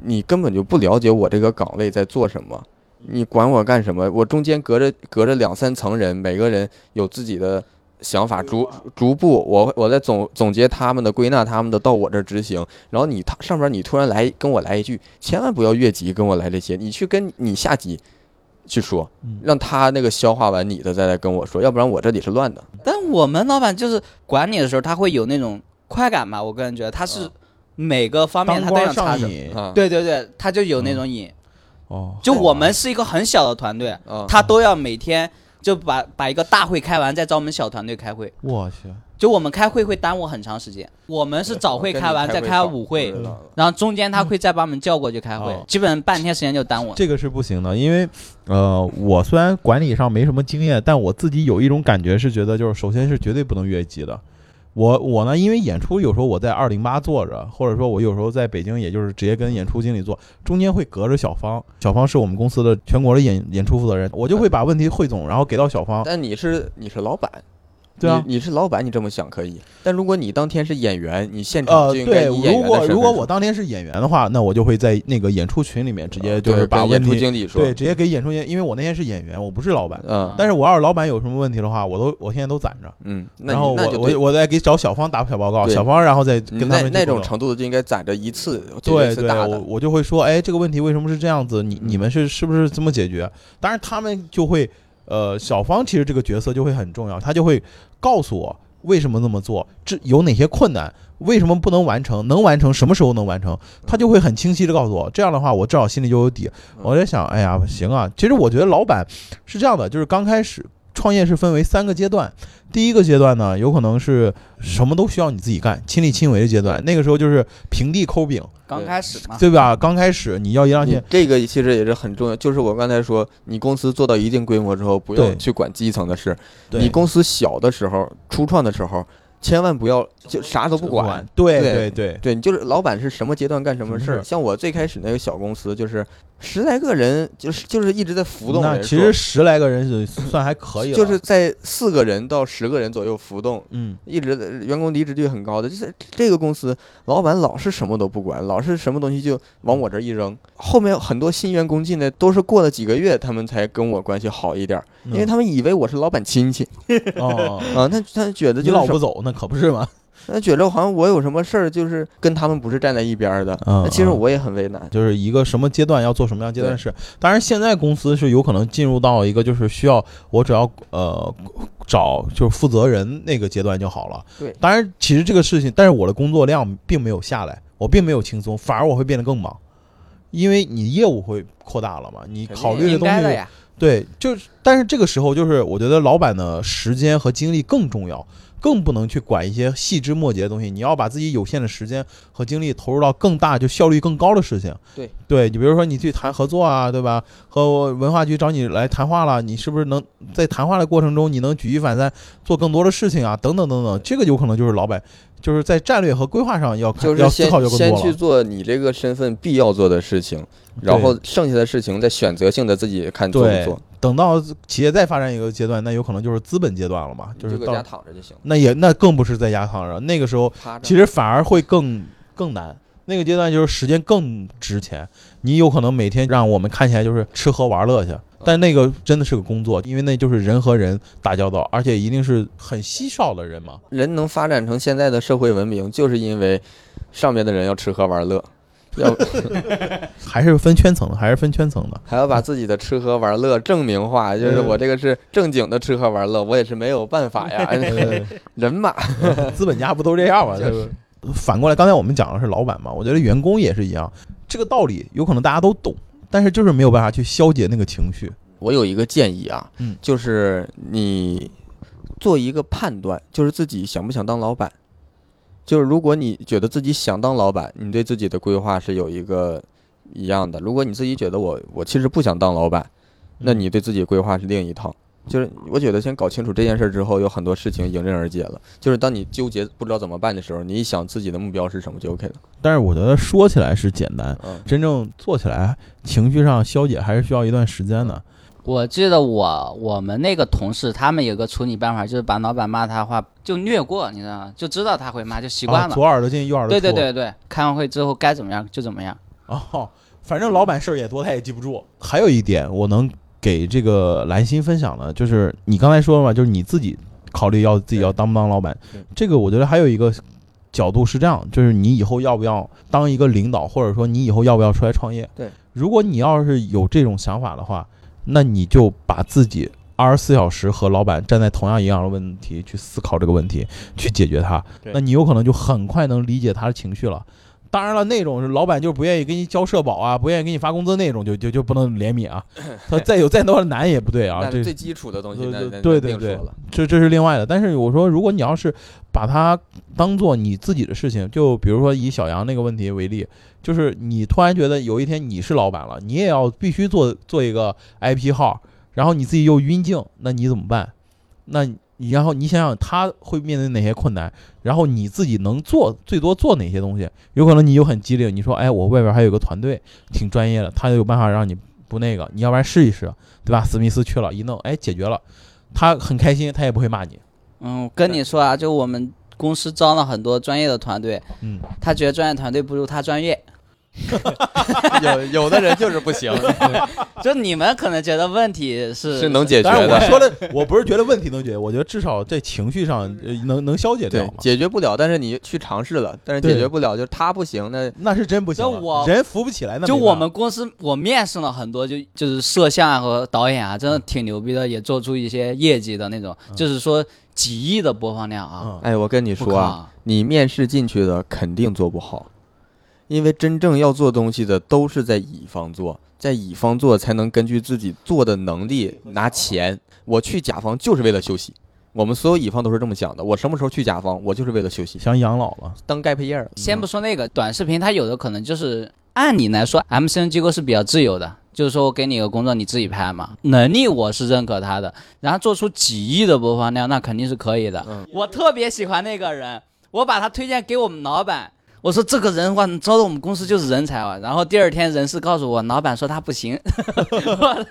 Speaker 2: 你根本就不了解我这个岗位在做什么，你管我干什么？我中间隔着隔着两三层人，每个人有自己的想法，逐逐步我我在总总结他们的，归纳他们的，到我这儿执行。然后你他上边你突然来跟我来一句，千万不要越级跟我来这些，你去跟你下级去说。让他那个消化完你的再来跟我说，要不然我这里是乱的。
Speaker 3: 但我们老板就是管理的时候，他会有那种快感吧？我个人觉得他是
Speaker 2: 嗯
Speaker 3: 每个方面
Speaker 1: 当
Speaker 3: 他都
Speaker 1: 官
Speaker 3: 想插
Speaker 1: 上
Speaker 3: 手，
Speaker 1: 瘾
Speaker 2: 啊，
Speaker 3: 对对对，他就有那种瘾。
Speaker 1: 哦，
Speaker 3: 就我们是一个很小的团队，
Speaker 1: 嗯
Speaker 2: 啊，
Speaker 3: 他都要每天就把把一个大会开完，再找我们小团队开会。
Speaker 1: 我去，
Speaker 3: 就我们开会会耽误很长时间，我们是早会开完再开舞会
Speaker 1: 嗯，
Speaker 3: 然后中间他会再把我们叫过去开会
Speaker 1: 哦，
Speaker 3: 基本半天时间就耽误了。
Speaker 1: 这个是不行的，因为呃，我虽然管理上没什么经验，但我自己有一种感觉是觉得，就是首先是绝对不能越级的。我我呢，因为演出有时候我在二零八坐着，或者说我有时候在北京，也就是直接跟演出经理做，中间会隔着小方，小方是我们公司的全国的演演出负责人，我就会把问题汇总，然后给到小方。
Speaker 2: 但你是你是老板，
Speaker 1: 对啊，
Speaker 2: 你你是老板，你这么想可以，但如果你当天是演员，你现场
Speaker 1: 呃，
Speaker 2: 就应该
Speaker 1: 对，
Speaker 2: 以演
Speaker 1: 如
Speaker 2: 员的
Speaker 1: 果
Speaker 2: 身份
Speaker 1: 如果
Speaker 2: 说
Speaker 1: 我当天是演员的话，那我就会在那个演出群里面直接就是
Speaker 2: 啊对
Speaker 1: 把
Speaker 2: 跟
Speaker 1: 问
Speaker 2: 演出
Speaker 1: 题
Speaker 2: 经理说，
Speaker 1: 对直接给演出演，因为我那天是演员，我不是老板。
Speaker 2: 嗯
Speaker 1: 但是我要是老板有什么问题的话，我都我现在都攒着，
Speaker 2: 嗯，那
Speaker 1: 然后
Speaker 2: 你那
Speaker 1: 我
Speaker 2: 就对
Speaker 1: 我我再给找小芳打小报告，
Speaker 2: 对
Speaker 1: 小芳然后再跟
Speaker 2: 你
Speaker 1: 他
Speaker 2: 那
Speaker 1: 们
Speaker 2: 那
Speaker 1: 去沟
Speaker 2: 种
Speaker 1: 通
Speaker 2: 程度的就应该攒着一次解决
Speaker 1: 对
Speaker 2: 一次
Speaker 1: 对，
Speaker 2: 大
Speaker 1: 我
Speaker 2: 的，嗯
Speaker 1: 我就会说，哎，这个问题为什么是这样子？你你们是是不是这么解决？当然，他们就会，呃，小芳其实这个角色就会很重要，他就会告诉我为什么这么做，这有哪些困难，为什么不能完成，能完成什么时候能完
Speaker 2: 嗯
Speaker 1: 成，他就会很清晰的告诉我。这样的话，我至少心里就有底。
Speaker 2: 嗯
Speaker 1: 我在想，哎呀，行啊，其实我觉得老板是这样的，就是刚开始。创业是分为三个阶段，第一个阶段呢，有可能是什么都需要你自己干，亲力亲为的阶段。那个时候就是平地抠饼，
Speaker 3: 刚开始嘛，
Speaker 1: 对吧？刚开始你要一辆
Speaker 2: 啊你
Speaker 1: 线，
Speaker 2: 这个其实也是很重要，就是我刚才说，你公司做到一定规模之后，不要
Speaker 1: 对
Speaker 2: 去管基层的事。
Speaker 1: 对
Speaker 2: 你公司小的时候，初创的时候，千万不要就啥都不管。，
Speaker 1: 对
Speaker 2: 对
Speaker 1: 对，
Speaker 2: 对，你就是老板是什么阶段干什么
Speaker 1: 什
Speaker 2: 事
Speaker 1: 么
Speaker 2: 儿。
Speaker 1: 事
Speaker 2: 像我最开始那个小公司，就是十来个人，就是就是一直在浮动
Speaker 1: 那
Speaker 2: 人数。
Speaker 1: 其实十来个人是算还可以了，
Speaker 2: 就是在四个人到十个人左右浮动，
Speaker 1: 嗯，
Speaker 2: 一直在员工离职率很高的，就是这个公司老板老是什么都不管，老是什么东西就往我这儿一扔。后面很多新员工进来都是过了几个月，他们才跟我关系好一点儿，因为他们以为我是老板亲戚
Speaker 1: 嗯哦，
Speaker 2: 啊，他他觉得
Speaker 1: 你
Speaker 2: 就
Speaker 1: 老
Speaker 2: 是什
Speaker 1: 不走，那可不是嘛，
Speaker 2: 他觉得好像我有什么事儿就是跟他们不是站在一边儿的，
Speaker 1: 嗯
Speaker 2: 那其实
Speaker 1: 嗯
Speaker 2: 我也很为 难。
Speaker 1: 就是一个什么阶段要做什么样阶段的事。当然，现在公司是有可能进入到一个就是需要我只要呃找就是负责人那个阶段就好了。
Speaker 2: 对
Speaker 1: 当然其实这个事情，但是我的工作量并没有下来，我并没有轻松，反而我会变得更忙，因为你业务会扩大了嘛，你
Speaker 2: 肯定
Speaker 1: 考虑
Speaker 3: 应
Speaker 1: 东
Speaker 3: 该
Speaker 1: 西
Speaker 3: 的呀。
Speaker 1: 对，就是，但是这个时候就是，我觉得老板的时间和精力更重要，更不能去管一些细枝末节的东西。你要把自己有限的时间和精力投入到更大、就效率更高的事情。
Speaker 2: 对，
Speaker 1: 对你比如说你去谈合作啊，对吧？和文化局找你来谈话了，你是不是能在谈话的过程中，你能举一反三，做更多的事情啊？等等等等，这个有可能就是老板就是在战略和规划上要看
Speaker 2: 就
Speaker 1: 要
Speaker 2: 是
Speaker 1: 思考
Speaker 2: 先
Speaker 1: 就更
Speaker 2: 先
Speaker 1: 多
Speaker 2: 去
Speaker 1: 了。
Speaker 2: 做你这个身份必要做的事情，然后剩下的事情再选择性的自己看做不
Speaker 1: 对
Speaker 2: 做，，
Speaker 1: 等到企业再发展一个阶段，那有可能就是资本阶段了嘛，就是
Speaker 2: 你
Speaker 1: 到
Speaker 2: 搁家躺着就行了，
Speaker 1: 那也那更不是在家躺着，那个时候
Speaker 2: 趴着。
Speaker 1: 其实反而会更更难。那个阶段就是时间更值钱，你有可能每天让我们看起来就是吃喝玩
Speaker 2: 嗯
Speaker 1: 乐去，但那个真的是个工作，因为那就是人和人打交道，而且一定是很稀少的人嘛。
Speaker 2: 人能发展成现在的社会文明，就是因为上面的人要吃喝玩乐， 要
Speaker 1: 还是分圈层的，还是分圈层的。
Speaker 2: 还要把自己的吃喝玩乐证明化，就是我这个是正经的吃喝玩乐，我也是没有办法呀， 人嘛，
Speaker 1: 资本家不都这样吗？
Speaker 2: 就是
Speaker 1: 对吧反过来，刚才我们讲的是老板嘛，我觉得员工也是一样，这个道理有可能大家都懂，但是就是没有办法去消解那个情绪。
Speaker 2: 我有一个建议啊
Speaker 1: 嗯，
Speaker 2: 就是你做一个判断，就是自己想不想当老板。就是如果你觉得自己想当老板，你对自己的规划是有一个一样的；如果你自己觉得我我其实不想当老板，那你对自己的规划是另一套。就是我觉得先搞清楚这件事儿之后，有很多事情迎刃而解了。就是当你纠结不知道怎么办的时候，你一想自己的目标是什么就 OK 了。
Speaker 1: 但是我觉得说起来是简单，
Speaker 2: 嗯，
Speaker 1: 真正做起来，情绪上消解还是需要一段时间的。
Speaker 3: 我记得我我们那个同事，他们有个处理办法，就是把老板骂他的话就略过，你知道吗？就知道他会骂，就习惯
Speaker 1: 啊
Speaker 3: 了。
Speaker 1: 左耳朵进右耳朵
Speaker 3: 对
Speaker 1: 出。
Speaker 3: 对。对对，开完会之后该怎么样就怎么样。
Speaker 1: 哦，反正老板事儿也多，他也记不住。还有一点，我能给这个蓝心分享的，就是你刚才说了嘛，就是你自己考虑要自己要当不当老板
Speaker 2: 对。
Speaker 1: 这个我觉得还有一个角度是这样，就是你以后要不要当一个领导，或者说你以后要不要出来创业？
Speaker 2: 对，
Speaker 1: 如果你要是有这种想法的话，那你就把自己二十四小时和老板站在同样一样的问题去思考这个问题，去解决它，
Speaker 2: 对
Speaker 1: 那你有可能就很快能理解他的情绪了。当然了，那种是老板就是不愿意给你交社保啊，不愿意给你发工资那种，就就就不能怜悯 啊。他再有再多的难也不对啊，
Speaker 2: 那
Speaker 1: 这
Speaker 2: 是最基础的东西，那那
Speaker 1: 对对
Speaker 2: 那
Speaker 1: 对
Speaker 2: 另说
Speaker 1: 对
Speaker 2: 了。
Speaker 1: 这这是另外的。但是我说，如果你要是把它当做你自己的事情，就比如说以小杨那个问题为例，就是你突然觉得有一天你是老板了，你也要必须做做一个 IP 号，然后你自己又晕镜，那你怎么办？那你然后你想想他会面对哪些困难，然后你自己能做最多做哪些东西？有可能你就很机灵，你说哎，我外边还有个团队挺专业的，他有办法让你不那个，你要不然试一试，对吧？史密斯去了一弄，哎，解决了。他很开心，他也不会骂你。
Speaker 3: 嗯，跟你说啊，就我们公司招了很多专业的团队，
Speaker 1: 嗯，
Speaker 3: 他觉得专业团队不如他专业，
Speaker 2: 有 有的人就是不行，
Speaker 3: 就你们可能觉得问题是
Speaker 2: 是能解决
Speaker 1: 当然
Speaker 2: 的
Speaker 1: 我。说的 我不是觉得问题能解决，我觉得至少
Speaker 3: 嗯
Speaker 1: 在情绪上呃能能消解掉
Speaker 2: 对
Speaker 1: 嘛，。
Speaker 2: 解决不了，但是你去尝试了，但是解
Speaker 1: 对
Speaker 2: 决不了，就是他不行，那
Speaker 1: 那是真不行
Speaker 3: 那
Speaker 1: 了，
Speaker 3: 我
Speaker 1: 人扶不起来。那
Speaker 3: 就
Speaker 1: 没办
Speaker 3: 我
Speaker 1: 法
Speaker 3: 们公司，我面试了很多就就是摄像啊和导演啊，真的挺牛逼的，也做出一些业绩的那种，就是说几亿的播放量啊，
Speaker 1: 嗯，
Speaker 2: 哎，我跟你
Speaker 3: 不
Speaker 2: 说啊，
Speaker 3: 靠
Speaker 2: 你面试进去的肯定做不好，因为真正要做东西的都是在乙方做，在乙方做才能根据自己做的能力拿钱。我去甲方就是为了休息，我们所有乙方都是这么想的。我什么时候去甲方，我就是为了休息，
Speaker 1: 想养老了，
Speaker 2: 当 gap year。
Speaker 3: 先不说那个短视频，它有的可能就是按理来说，MCN 机构是比较自由的，就是说我给你一个工作，你自己拍嘛，能力我是认可他的，然后做出几亿的播放量，那肯定是可以的。
Speaker 2: 嗯
Speaker 3: 我特别喜欢那个人，我把他推荐给我们老板。我说这个人的话，你招到我们公司就是人才啊。然后第二天人事告诉我，老板说他不行， 我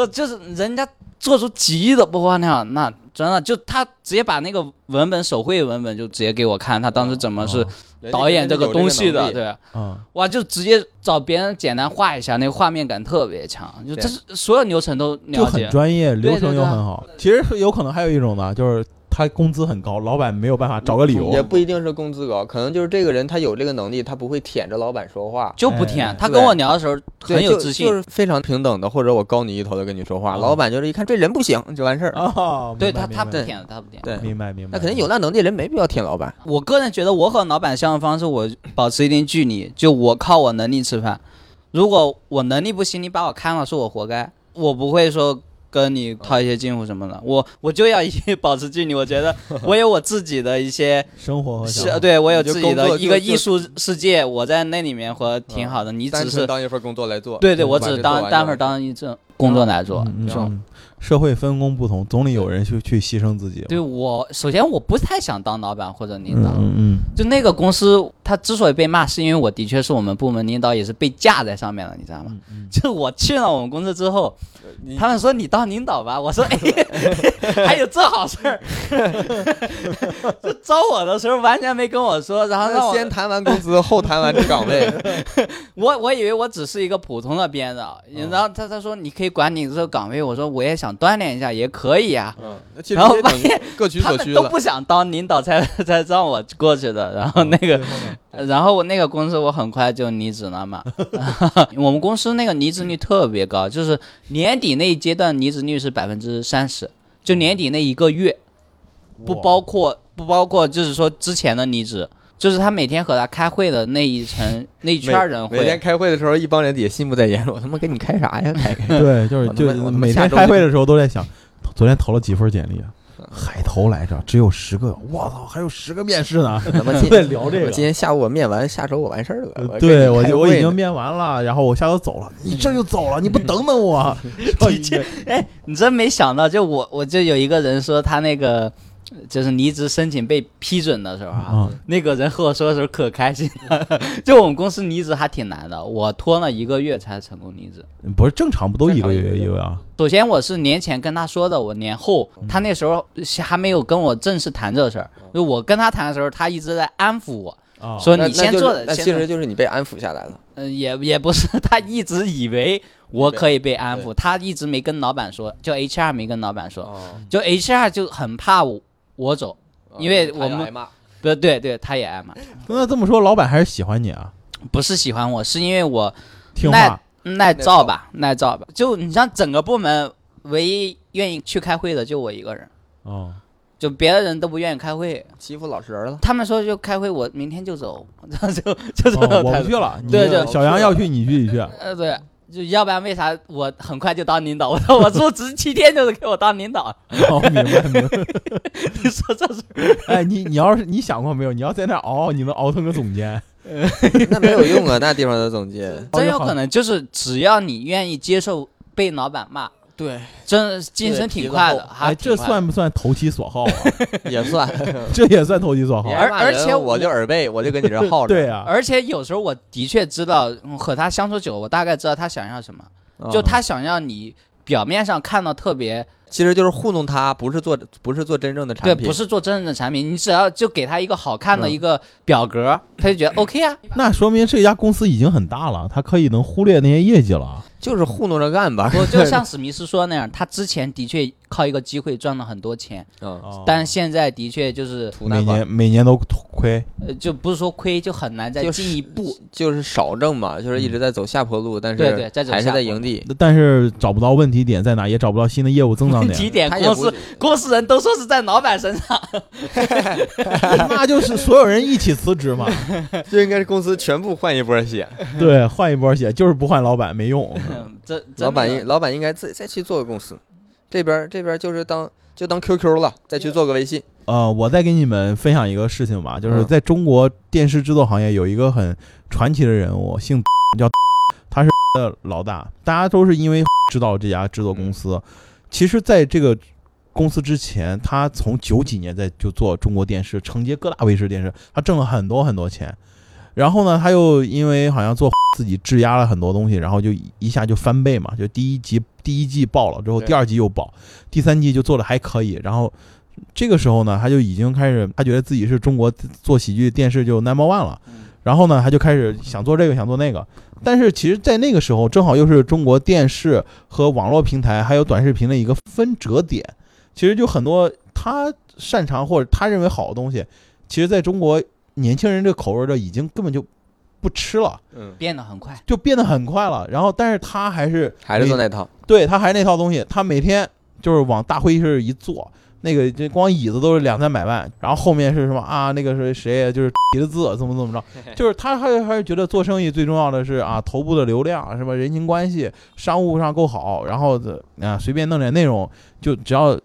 Speaker 3: 我就是人家做出几亿的播放量，那真的就他直接把那个文本手绘文本就直接给我看，他当时怎么是
Speaker 2: 嗯
Speaker 3: 导演这个东西的，对，
Speaker 1: 嗯，
Speaker 3: 哇，就直接找别人简单画一下，那个画面感特别强，就
Speaker 2: 对
Speaker 3: 这是所有流程都
Speaker 1: 就
Speaker 3: 了
Speaker 1: 很
Speaker 3: 解。
Speaker 1: 专业，流
Speaker 3: 对
Speaker 1: 程
Speaker 3: 对
Speaker 1: 又
Speaker 3: 对
Speaker 1: 很好。其实有可能还有一种呢，就是他工资很高，老板没有办法找个理由
Speaker 2: 也，不一定是工资高，可能就是这个人他有这个能力，他不会舔着老板说话，
Speaker 3: 就不舔，
Speaker 1: 哎
Speaker 3: 他跟我聊的时候很有自信
Speaker 2: 就，是非常平等的，或者我高你一头的跟你说话，
Speaker 1: 嗯
Speaker 2: 老板就是一看这人不行就完事儿。
Speaker 1: 啊，
Speaker 3: 对
Speaker 1: 明白
Speaker 3: 他他不
Speaker 1: 明白
Speaker 3: 舔的，他不舔。
Speaker 2: 对，
Speaker 1: 明白明白，
Speaker 2: 那肯定有那能力人没必要舔老板。
Speaker 3: 我个人觉得，我和老板相处方式，我保持一定距离，就我靠我能力吃饭。如果我能力不行，你把我看了是我活该，我不会说跟你套一些近乎什么的，我我就要一 保持距离。我觉得我有我自己的一些
Speaker 1: 生活和想
Speaker 3: 是，啊
Speaker 1: 法
Speaker 3: 对我有
Speaker 2: 就
Speaker 3: 自己
Speaker 2: 工作
Speaker 3: 的一
Speaker 2: 就
Speaker 3: 个
Speaker 2: 就
Speaker 3: 艺术世界，我在那里面活挺
Speaker 2: 嗯
Speaker 3: 好的。你
Speaker 2: 单
Speaker 3: 只
Speaker 2: 纯
Speaker 3: 是
Speaker 2: 当一份工作来做。
Speaker 3: 对对，
Speaker 1: 嗯
Speaker 3: 我
Speaker 2: 把
Speaker 3: 只
Speaker 2: 这做
Speaker 3: 是当
Speaker 2: 完
Speaker 3: 单
Speaker 2: 就
Speaker 3: 份儿
Speaker 2: 完
Speaker 3: 当一种工作来做。
Speaker 1: 嗯
Speaker 3: 这种
Speaker 1: 嗯，社会分工不同，总得有人去去牺牲自己嘛。
Speaker 3: 对我，首先我不太想当老板或者领
Speaker 1: 嗯
Speaker 3: 导。
Speaker 1: 嗯嗯，
Speaker 3: 就那个公司，他之所以被骂，是因为我的确是我们部门领导，也是被架在上面了，你知道
Speaker 1: 嗯
Speaker 3: 吗？ 就我去了我们公司之后，
Speaker 2: 呃你
Speaker 3: 他们说你当领导吧，我 说哎，还有这好事儿。 就招我的时候完全没跟我说，然后让
Speaker 2: 那
Speaker 3: 我
Speaker 2: 先谈完工资，后谈完这岗位。
Speaker 3: 我我以为我只是一个普通的编导，
Speaker 2: 嗯
Speaker 3: 然后他他说你可以管理这个岗位，我说我也想锻炼一下，也可以啊。
Speaker 2: 嗯，那其实
Speaker 3: 然后
Speaker 2: 也
Speaker 3: 发
Speaker 2: 等
Speaker 3: 现
Speaker 2: 各取
Speaker 3: 他
Speaker 2: 所
Speaker 3: 们
Speaker 2: 需
Speaker 3: 都
Speaker 2: 了。
Speaker 3: 不想当领导才 才让我过去
Speaker 2: 嗯
Speaker 3: 的，然后那
Speaker 1: 最
Speaker 3: 个
Speaker 1: 后呢
Speaker 3: 然后我那个公司我很快就离职了嘛， 我们公司那个离职率特别高，就是年底那一阶段离职率是百分之三十，就年底那一个月，
Speaker 2: 嗯
Speaker 3: 不
Speaker 1: 哇
Speaker 3: 包括不包括就是说之前的离职，就是他每天和他开会的那一层那一
Speaker 2: 每
Speaker 3: 圈人
Speaker 2: 每天
Speaker 3: 会，
Speaker 2: 开会的时候，一帮人也心不在焉，我他妈给你开啥呀？开 开
Speaker 1: 对，就是
Speaker 2: 我他妈
Speaker 1: 就
Speaker 2: 我他妈
Speaker 1: 每
Speaker 2: 下
Speaker 1: 天
Speaker 2: 周
Speaker 1: 开
Speaker 2: 就
Speaker 1: 会的时候都在想，昨天投了几份简历啊？海投来着，只有十个，我操，还有十个面试呢，
Speaker 2: 他妈
Speaker 1: 都
Speaker 2: 今
Speaker 1: 在聊这
Speaker 2: 我今
Speaker 1: 个。
Speaker 2: 天下午我面完，下周我完事儿
Speaker 1: 呃
Speaker 2: 了。
Speaker 1: 对，
Speaker 2: 我
Speaker 1: 我
Speaker 2: 跟你开
Speaker 1: 就
Speaker 2: 个
Speaker 1: 我已
Speaker 2: 会
Speaker 1: 经
Speaker 2: 呢
Speaker 1: 面完了，然后我下周走了，你这就走了，你不等等 我？你这
Speaker 3: 你真没想到，就我我就有一个人说他那个就是离职申请被批准的时候啊，
Speaker 1: 啊，
Speaker 3: 那个人和我说的时候可开心了， 就我们公司离职还挺难的，我拖了一个月才成功离职。
Speaker 1: 不是正常不都一个
Speaker 2: 正常
Speaker 1: 月
Speaker 2: 一个月
Speaker 1: 一个月啊？
Speaker 3: 首先我是年前跟他说的，我年后他那时候还没有跟我正式谈这事儿，就我跟他谈的时候，他一直在安抚我
Speaker 1: 啊，
Speaker 3: 说
Speaker 2: 那
Speaker 3: 你先
Speaker 2: 那就是
Speaker 3: 做的，
Speaker 2: 那
Speaker 3: 先
Speaker 2: 其
Speaker 3: 做
Speaker 2: 实就是你被安抚下来了。
Speaker 3: 嗯也也不是，他一直以为我可以被安抚，他一直没跟老板说，就 HR 没跟老板说，
Speaker 2: 哦，
Speaker 3: 就 HR 就很怕我我走，因
Speaker 2: 呃
Speaker 3: 为我们不对对，他也挨骂，
Speaker 1: 那这么说，老板还是喜欢你啊，
Speaker 3: 不是喜欢我，是因为我
Speaker 1: 听
Speaker 3: 那
Speaker 1: 话。
Speaker 3: 耐造吧，耐造吧。就你像整个部门唯一愿意去开会的就我一个人，
Speaker 1: 哦，
Speaker 3: 就别的人都不愿意开会。
Speaker 2: 欺负老实人了。
Speaker 3: 他们说就开会，我明天就走， 就就就这
Speaker 1: 哦
Speaker 3: 种
Speaker 1: 我
Speaker 3: 态
Speaker 1: 不
Speaker 3: 度。
Speaker 1: 去了，你
Speaker 3: 对
Speaker 1: 去
Speaker 3: 对
Speaker 1: 小杨要去，你去，你去。
Speaker 3: 呃，对，就要不然为啥我很快就当领导？我 说我入职七天就是给我当领导，
Speaker 1: 哦，明白明 白。
Speaker 3: 你说这是
Speaker 1: 哎，你你要是你想过没有？你要在那儿熬，你能熬成个总监。
Speaker 2: 那没有用啊，那地方的总 监。
Speaker 3: 真有可能就是只要你愿意接受被老板骂，
Speaker 2: 对，
Speaker 3: 真晋升挺快的，还
Speaker 1: 哎，
Speaker 3: 挺
Speaker 1: 这
Speaker 3: 快的
Speaker 1: 算不算投其所好啊？
Speaker 2: 也 算。
Speaker 1: 这也算投其所好
Speaker 2: 你。
Speaker 3: 而
Speaker 2: 爱骂人
Speaker 3: 而且我
Speaker 2: 我就耳背，我就跟你这 耗着。
Speaker 1: 对啊，
Speaker 3: 而且有时候我的确知道嗯和他相处久，我大概知道他想要什么。
Speaker 2: 嗯
Speaker 3: 就他想要你表面上看到特别
Speaker 2: 其实就是糊弄他，不是做不是做真正的产
Speaker 3: 对，
Speaker 2: 品，
Speaker 3: 不是做真正的产品，你只要就给他一个好看的
Speaker 2: 嗯
Speaker 3: 一个表格，他就 觉得 OK 啊。
Speaker 1: 那说明这家公司已经很大了，他可以能忽略那些业绩了。
Speaker 2: 就是糊弄着干 吧。啊
Speaker 3: 我就像史密斯说那样，他之前的确靠一个机会赚了很多钱，
Speaker 2: 嗯，
Speaker 3: 但现在的确就是
Speaker 2: 图那
Speaker 1: 啊每
Speaker 2: 款
Speaker 1: 年每年都亏，
Speaker 3: 呃，就不是说亏，就很难再
Speaker 2: 就
Speaker 3: 进一步。
Speaker 2: 就是少挣嘛，就是一直在走下坡路，但是
Speaker 3: 对对在走
Speaker 2: 还是
Speaker 3: 下
Speaker 2: 在
Speaker 3: 坡
Speaker 2: 营地。
Speaker 1: 但是找不到问题点在哪，也找不到新的业务增长
Speaker 3: 几
Speaker 1: 点。
Speaker 3: 点
Speaker 2: 他也
Speaker 3: 公
Speaker 2: 不
Speaker 3: 司 公司人都说是在老板身上，
Speaker 1: 那就是所有人一起辞职嘛。
Speaker 2: 就应该是公司全部换一波血，
Speaker 1: 对，换一波血，就是不换老板没用。
Speaker 3: 这
Speaker 2: 嗯老板应
Speaker 3: 应
Speaker 2: 老板应该自己再去做个公司，这边儿这边儿就是当就当 QQ 了，再去做个微信。
Speaker 1: 呃，我再给你们分享一个事情吧，就是
Speaker 2: 嗯
Speaker 1: 在中国电视制作行业有一个很传奇的人物，姓叫，他是的老大，大家都是因为 知道这家制作公司。其实，在这个公司之前，他从九几年在就做中国电视，承接各大卫视电视，他挣了很多很多钱。然后呢，他又因为好像做 自己质押了很多东西，然后就一下就翻倍嘛，就第一集第一季爆了之后，
Speaker 2: 对
Speaker 1: 第二季又爆，第三季就做的还可以，然后这个时候呢，他就已经开始，他觉得自己是中国做喜剧电视就 number one 了，然后呢，他就开始想做这个，想做那个。但是其实，在那个时候，正好又是中国电视和网络平台还有短视频的一个分折点。其实就很多他擅长或者他认为好的东西，其实在中国年轻人这口味儿的已经根本就不吃了，
Speaker 2: 嗯，
Speaker 3: 变得很快，
Speaker 1: 就变得很快了。然后，但是他还是
Speaker 2: 还是做那套。
Speaker 1: 对他还是那套东西，他每天就是往大会议室一坐，那个这光椅子都是两三百万，然后后面是什么啊？那个是谁？就是 提的字怎么怎么着？就是他还是还是觉得做生意最重要的是啊，头部的流量是吧？人情关系，商务上够好，然后啊随便弄点内容，就只要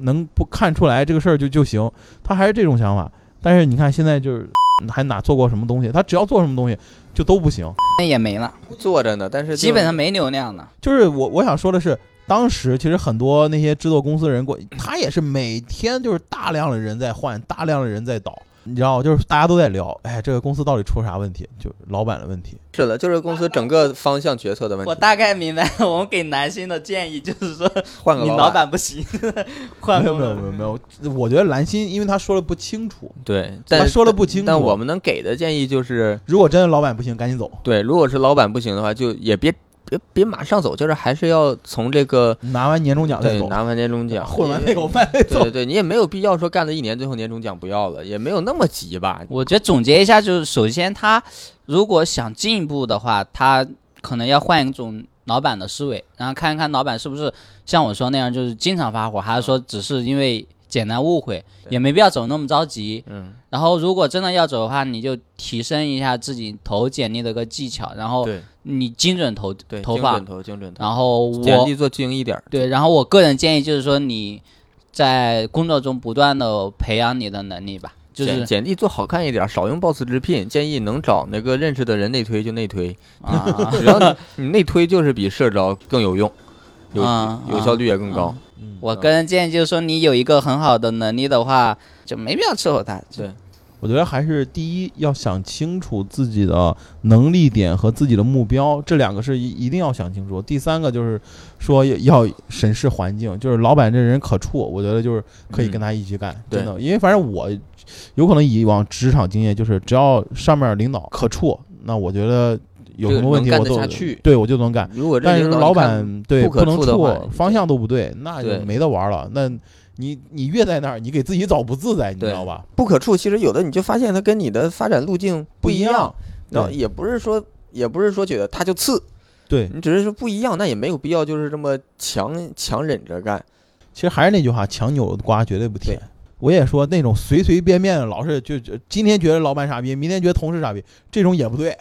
Speaker 1: 能不看出来这个事儿就就行。他还是这种想法，但是你看现在就是还哪做过什么东西？他只要做什么东西就都不行。
Speaker 3: 那也没了，
Speaker 2: 坐着呢，但是就
Speaker 3: 基本上没流量了。
Speaker 1: 就是我我想说的是，当时其实很多那些制作公司的人过，他也是每天就是大量的人在换，大量的人在倒，你知道吗，就是大家都在聊，哎，这个公司到底出啥问题？就老板的问题。
Speaker 2: 是了，就是公司整个方向决策的问
Speaker 3: 我
Speaker 2: 题。
Speaker 3: 大概明白， 我们给男性的建议就是说，
Speaker 2: 换个
Speaker 3: 你
Speaker 2: 老
Speaker 3: 老板不行，换
Speaker 1: 没有
Speaker 3: 工
Speaker 1: 没有
Speaker 3: 作
Speaker 1: 没有没有，我觉得蓝心，因为他说的不清楚，
Speaker 2: 对，
Speaker 1: 他
Speaker 2: 但
Speaker 1: 说的不清楚。
Speaker 2: 但我们能给的建议就是，
Speaker 1: 如果真的老板不行，赶紧走，
Speaker 2: 对，如果是老板不行的话，就也别别别马上走，就是还是要从这个
Speaker 1: 拿完年终奖再
Speaker 2: 对
Speaker 1: 走，
Speaker 2: 拿完年终 奖
Speaker 1: 混完那口饭再
Speaker 2: 对
Speaker 1: 走
Speaker 2: 对。对，你也没有必要说干了一年，最后年终奖不要了，也没有那么急吧？ 嗯
Speaker 3: 我觉得总结一下，就是首先他如果想进步的话，他可能要换一种老板的思维，然后看一看老板是不是像我说那样，就是经常发火，还是说只是因为简单误会，
Speaker 2: 对
Speaker 3: 也没必要走那么着急。
Speaker 2: 嗯，
Speaker 3: 然后如果真的要走的话，你就提升一下自己投简历的一个技巧，然后
Speaker 2: 对
Speaker 3: 你精准投
Speaker 2: 对，
Speaker 3: 投
Speaker 2: 精
Speaker 3: 放
Speaker 2: 准，投精准投，
Speaker 3: 然后
Speaker 2: 简
Speaker 3: 我
Speaker 2: 历做精一点儿。
Speaker 3: 对，然后我个人建议就是说你在工作中不断的培养你的能力吧，就
Speaker 2: 简
Speaker 3: 是
Speaker 2: 简历做好看一点儿，少用 boss 直聘，建议能找那个认识的人内推就内推，
Speaker 3: 啊。
Speaker 2: 只要你你内推就是比社招更有用， 有
Speaker 3: 啊
Speaker 2: 有效率也更高。
Speaker 1: 嗯
Speaker 3: 我个人建议就是说，你有一个很好的能力的话，就没必要伺候他。
Speaker 2: 对
Speaker 1: 我觉得还是第一要想清楚自己的能力点和自己的目标，这两个是一一定要想清楚。第三个就是说要审视环境，就是老板这人可处，我觉得就是可以跟他一起干，
Speaker 2: 嗯对
Speaker 1: 真的。因为反正我有可能以往职场经验，就是只要上面领导可处，那我觉得有
Speaker 2: 就
Speaker 1: 什么问题
Speaker 2: 能干
Speaker 1: 我
Speaker 2: 得
Speaker 1: 都
Speaker 2: 下去
Speaker 1: 对我就能干。
Speaker 2: 如果这
Speaker 1: 但是
Speaker 2: 领导
Speaker 1: 老
Speaker 2: 你看
Speaker 1: 板对
Speaker 2: 不可
Speaker 1: 能
Speaker 2: 处的话
Speaker 1: 处方向都不对，那
Speaker 2: 对
Speaker 1: 就没得玩了。那你你越在那儿，你给自己找不自在，你知
Speaker 2: 对
Speaker 1: 道吧？
Speaker 2: 不可处，其实有的你就发现它跟你的发展路径不一样，
Speaker 1: 对
Speaker 2: 然后也不是说也不是说觉得它就次，
Speaker 1: 对，
Speaker 2: 你只是说不一样，那也没有必要就是这么强强忍着干。
Speaker 1: 其实还是那句话，强扭的瓜绝对不甜。我也说那种随随便便的，老是就就今天觉得老板傻逼，明天觉得同事傻逼，这种也不 对，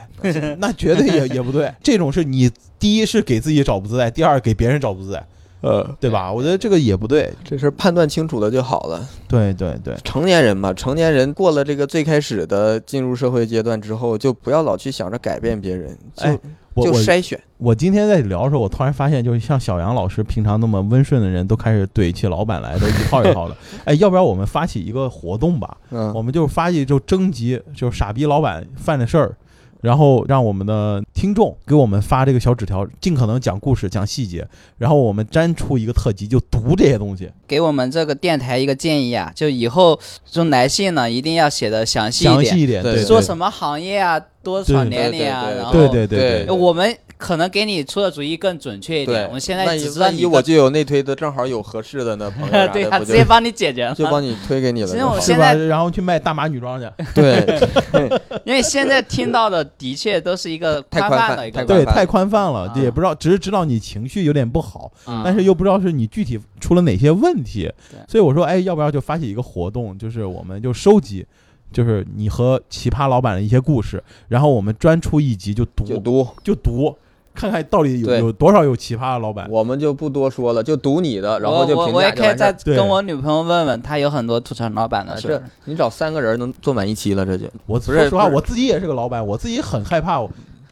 Speaker 1: 那绝对也也不 对。这种是你第一是给自己找不自在，第二给别人找不自在，
Speaker 2: 呃，
Speaker 1: 对吧？我觉得这个也不对。
Speaker 2: 这事儿判断清楚了就好了。
Speaker 1: 对对对，
Speaker 2: 成年人嘛，成年人过了这个最开始的进入社会阶段之后，就不要老去想着改变别人，就、
Speaker 1: 哎我
Speaker 2: 就
Speaker 1: 我
Speaker 2: 筛选。
Speaker 1: 我今天在聊的时候，我突然发现，就是像小杨老师平常那么温顺的人都开始怼起老板来，都一套一 套的。哎，要不然我们发起一个活动吧？
Speaker 2: 嗯
Speaker 1: 我们就发起就征集，就是傻逼老板犯的事儿，然后让我们的听众给我们发这个小纸条，尽可能讲故事、讲细节，然后我们粘出一个特辑，就读这些东西，
Speaker 3: 给我们这个电台一个建议啊，就以后这种来信呢，一定要写的详细一
Speaker 1: 详
Speaker 3: 点，
Speaker 1: 细一点，
Speaker 2: 对
Speaker 1: 对，
Speaker 3: 说
Speaker 1: 对
Speaker 3: 什么行业啊，多少
Speaker 1: 对
Speaker 3: 年龄啊，
Speaker 2: 对对对
Speaker 3: 然后
Speaker 1: 对对对
Speaker 2: 对
Speaker 1: 对，
Speaker 3: 我们可能给你出的主意更准确一点。
Speaker 2: 对，
Speaker 3: 我们现
Speaker 2: 万
Speaker 3: 在
Speaker 2: 一
Speaker 3: 只知道
Speaker 2: 万
Speaker 3: 你
Speaker 2: 一我
Speaker 3: 一
Speaker 2: 就有内推的，正好有合适的呢，朋 友啥
Speaker 3: 个
Speaker 2: 的，
Speaker 3: 对啊，
Speaker 2: 不
Speaker 3: 直
Speaker 2: 就
Speaker 3: 接帮你解决了。
Speaker 2: 就帮你推给你了
Speaker 3: 其
Speaker 2: 就
Speaker 3: 实我
Speaker 2: 好了。
Speaker 1: 是
Speaker 3: 现
Speaker 1: 吧？
Speaker 3: 在
Speaker 1: 然后去卖大码女 装去，
Speaker 2: 对，
Speaker 3: 因为现在听到的的确都是一个
Speaker 2: 太
Speaker 3: 宽
Speaker 2: 宽
Speaker 3: 泛
Speaker 2: 泛
Speaker 3: 的一
Speaker 2: 太
Speaker 3: 个，
Speaker 1: 对，
Speaker 2: 宽泛
Speaker 1: 太宽泛了，
Speaker 3: 啊
Speaker 1: 也不知道，只是知道你情绪有点不好，
Speaker 2: 啊
Speaker 3: 嗯
Speaker 1: 但是又不知道是你具体出了哪些问题
Speaker 3: 对，
Speaker 1: 所以我说，哎，要不要就发起一个活动，就是我们就收集，就是你和奇葩老板的一些故事，然后我们专出一集就读
Speaker 2: 就读，
Speaker 1: 就读，看看到底有
Speaker 2: 对
Speaker 1: 有多少有奇葩的老板。
Speaker 2: 我们就不多说了，就读你的，然后
Speaker 3: 我
Speaker 2: 就
Speaker 3: 我
Speaker 2: 评
Speaker 3: 我
Speaker 2: 价
Speaker 3: 也
Speaker 2: 就
Speaker 3: 可以
Speaker 2: 完事
Speaker 3: 再
Speaker 2: 儿。
Speaker 1: 对
Speaker 3: 跟我女朋友问问，她有很多吐槽老板的
Speaker 2: 啊
Speaker 3: 事
Speaker 2: 这。你找三个人能做满一期了，这就
Speaker 1: 我
Speaker 2: 不
Speaker 1: 说
Speaker 2: 是
Speaker 1: 实话，
Speaker 2: 不是
Speaker 1: 我自己也是个老板，我自己很害怕，我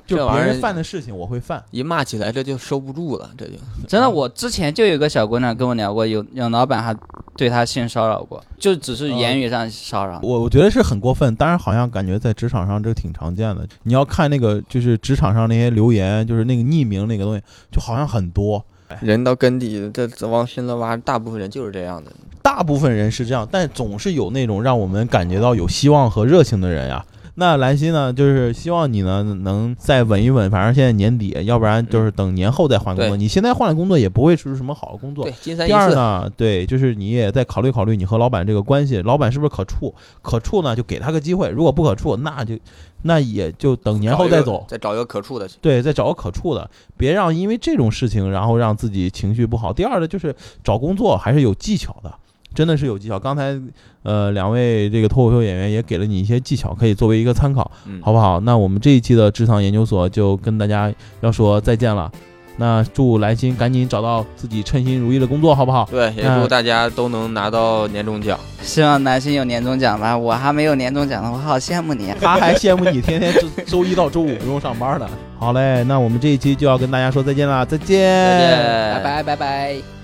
Speaker 1: 就
Speaker 2: 这
Speaker 1: 别
Speaker 2: 玩意儿
Speaker 1: 人犯的事情我会犯。
Speaker 2: 一骂起来，这就收不住了，这就
Speaker 3: 真的，我之前就有一个小姑娘跟我聊过，有有老板还对她性骚扰过，就只是言语上骚扰。
Speaker 1: 我我觉得是很过分，当然好像感觉在职场上这个挺常见的。你要看那个就是职场上那些留言，就是那个匿名那个东西，就好像很多，
Speaker 2: 人到根底，这这往深了挖，大部分人就是这样的。
Speaker 1: 大部分人是这样，但总是有那种让我们感觉到有希望和热情的人呀。那兰心呢，就是希望你呢能再稳一稳，反正现在年底，要不然就是等年后再换工作。
Speaker 2: 对
Speaker 1: 你现在换了工作也不会是什么好的工作
Speaker 2: 对，，金三
Speaker 1: 第
Speaker 2: 银
Speaker 1: 二
Speaker 2: 四，
Speaker 1: 呢，对，就是你也再考虑考虑你和老板这个关系，老板是不是可处？可处呢，就给他个机会；如果不可处，那就那也就等年后再走。
Speaker 2: 再找一个可处的去。
Speaker 1: 对，再找个可处的，别让因为这种事情，然后让自己情绪不好。第二呢，就是找工作还是有技巧的，真的是有技巧。刚才呃，两位这个脱口秀演员也给了你一些技巧，可以作为一个参考，
Speaker 2: 嗯，
Speaker 1: 好，不好？那我们这一期的职场研究所就跟大家要说再见了。那祝兰心赶紧找到自己称心如意的工作，好不好？
Speaker 2: 对，也
Speaker 1: 那
Speaker 2: 祝大家都能拿到年终奖。
Speaker 3: 希望男性有年终奖吧，我还没有年终奖呢，我好羡慕你啊。
Speaker 1: 他还羡慕你天天周周一到周五不用上班呢。好嘞，那我们这一期就要跟大家说再见啦，再见，
Speaker 2: 再见，
Speaker 3: 拜拜拜拜。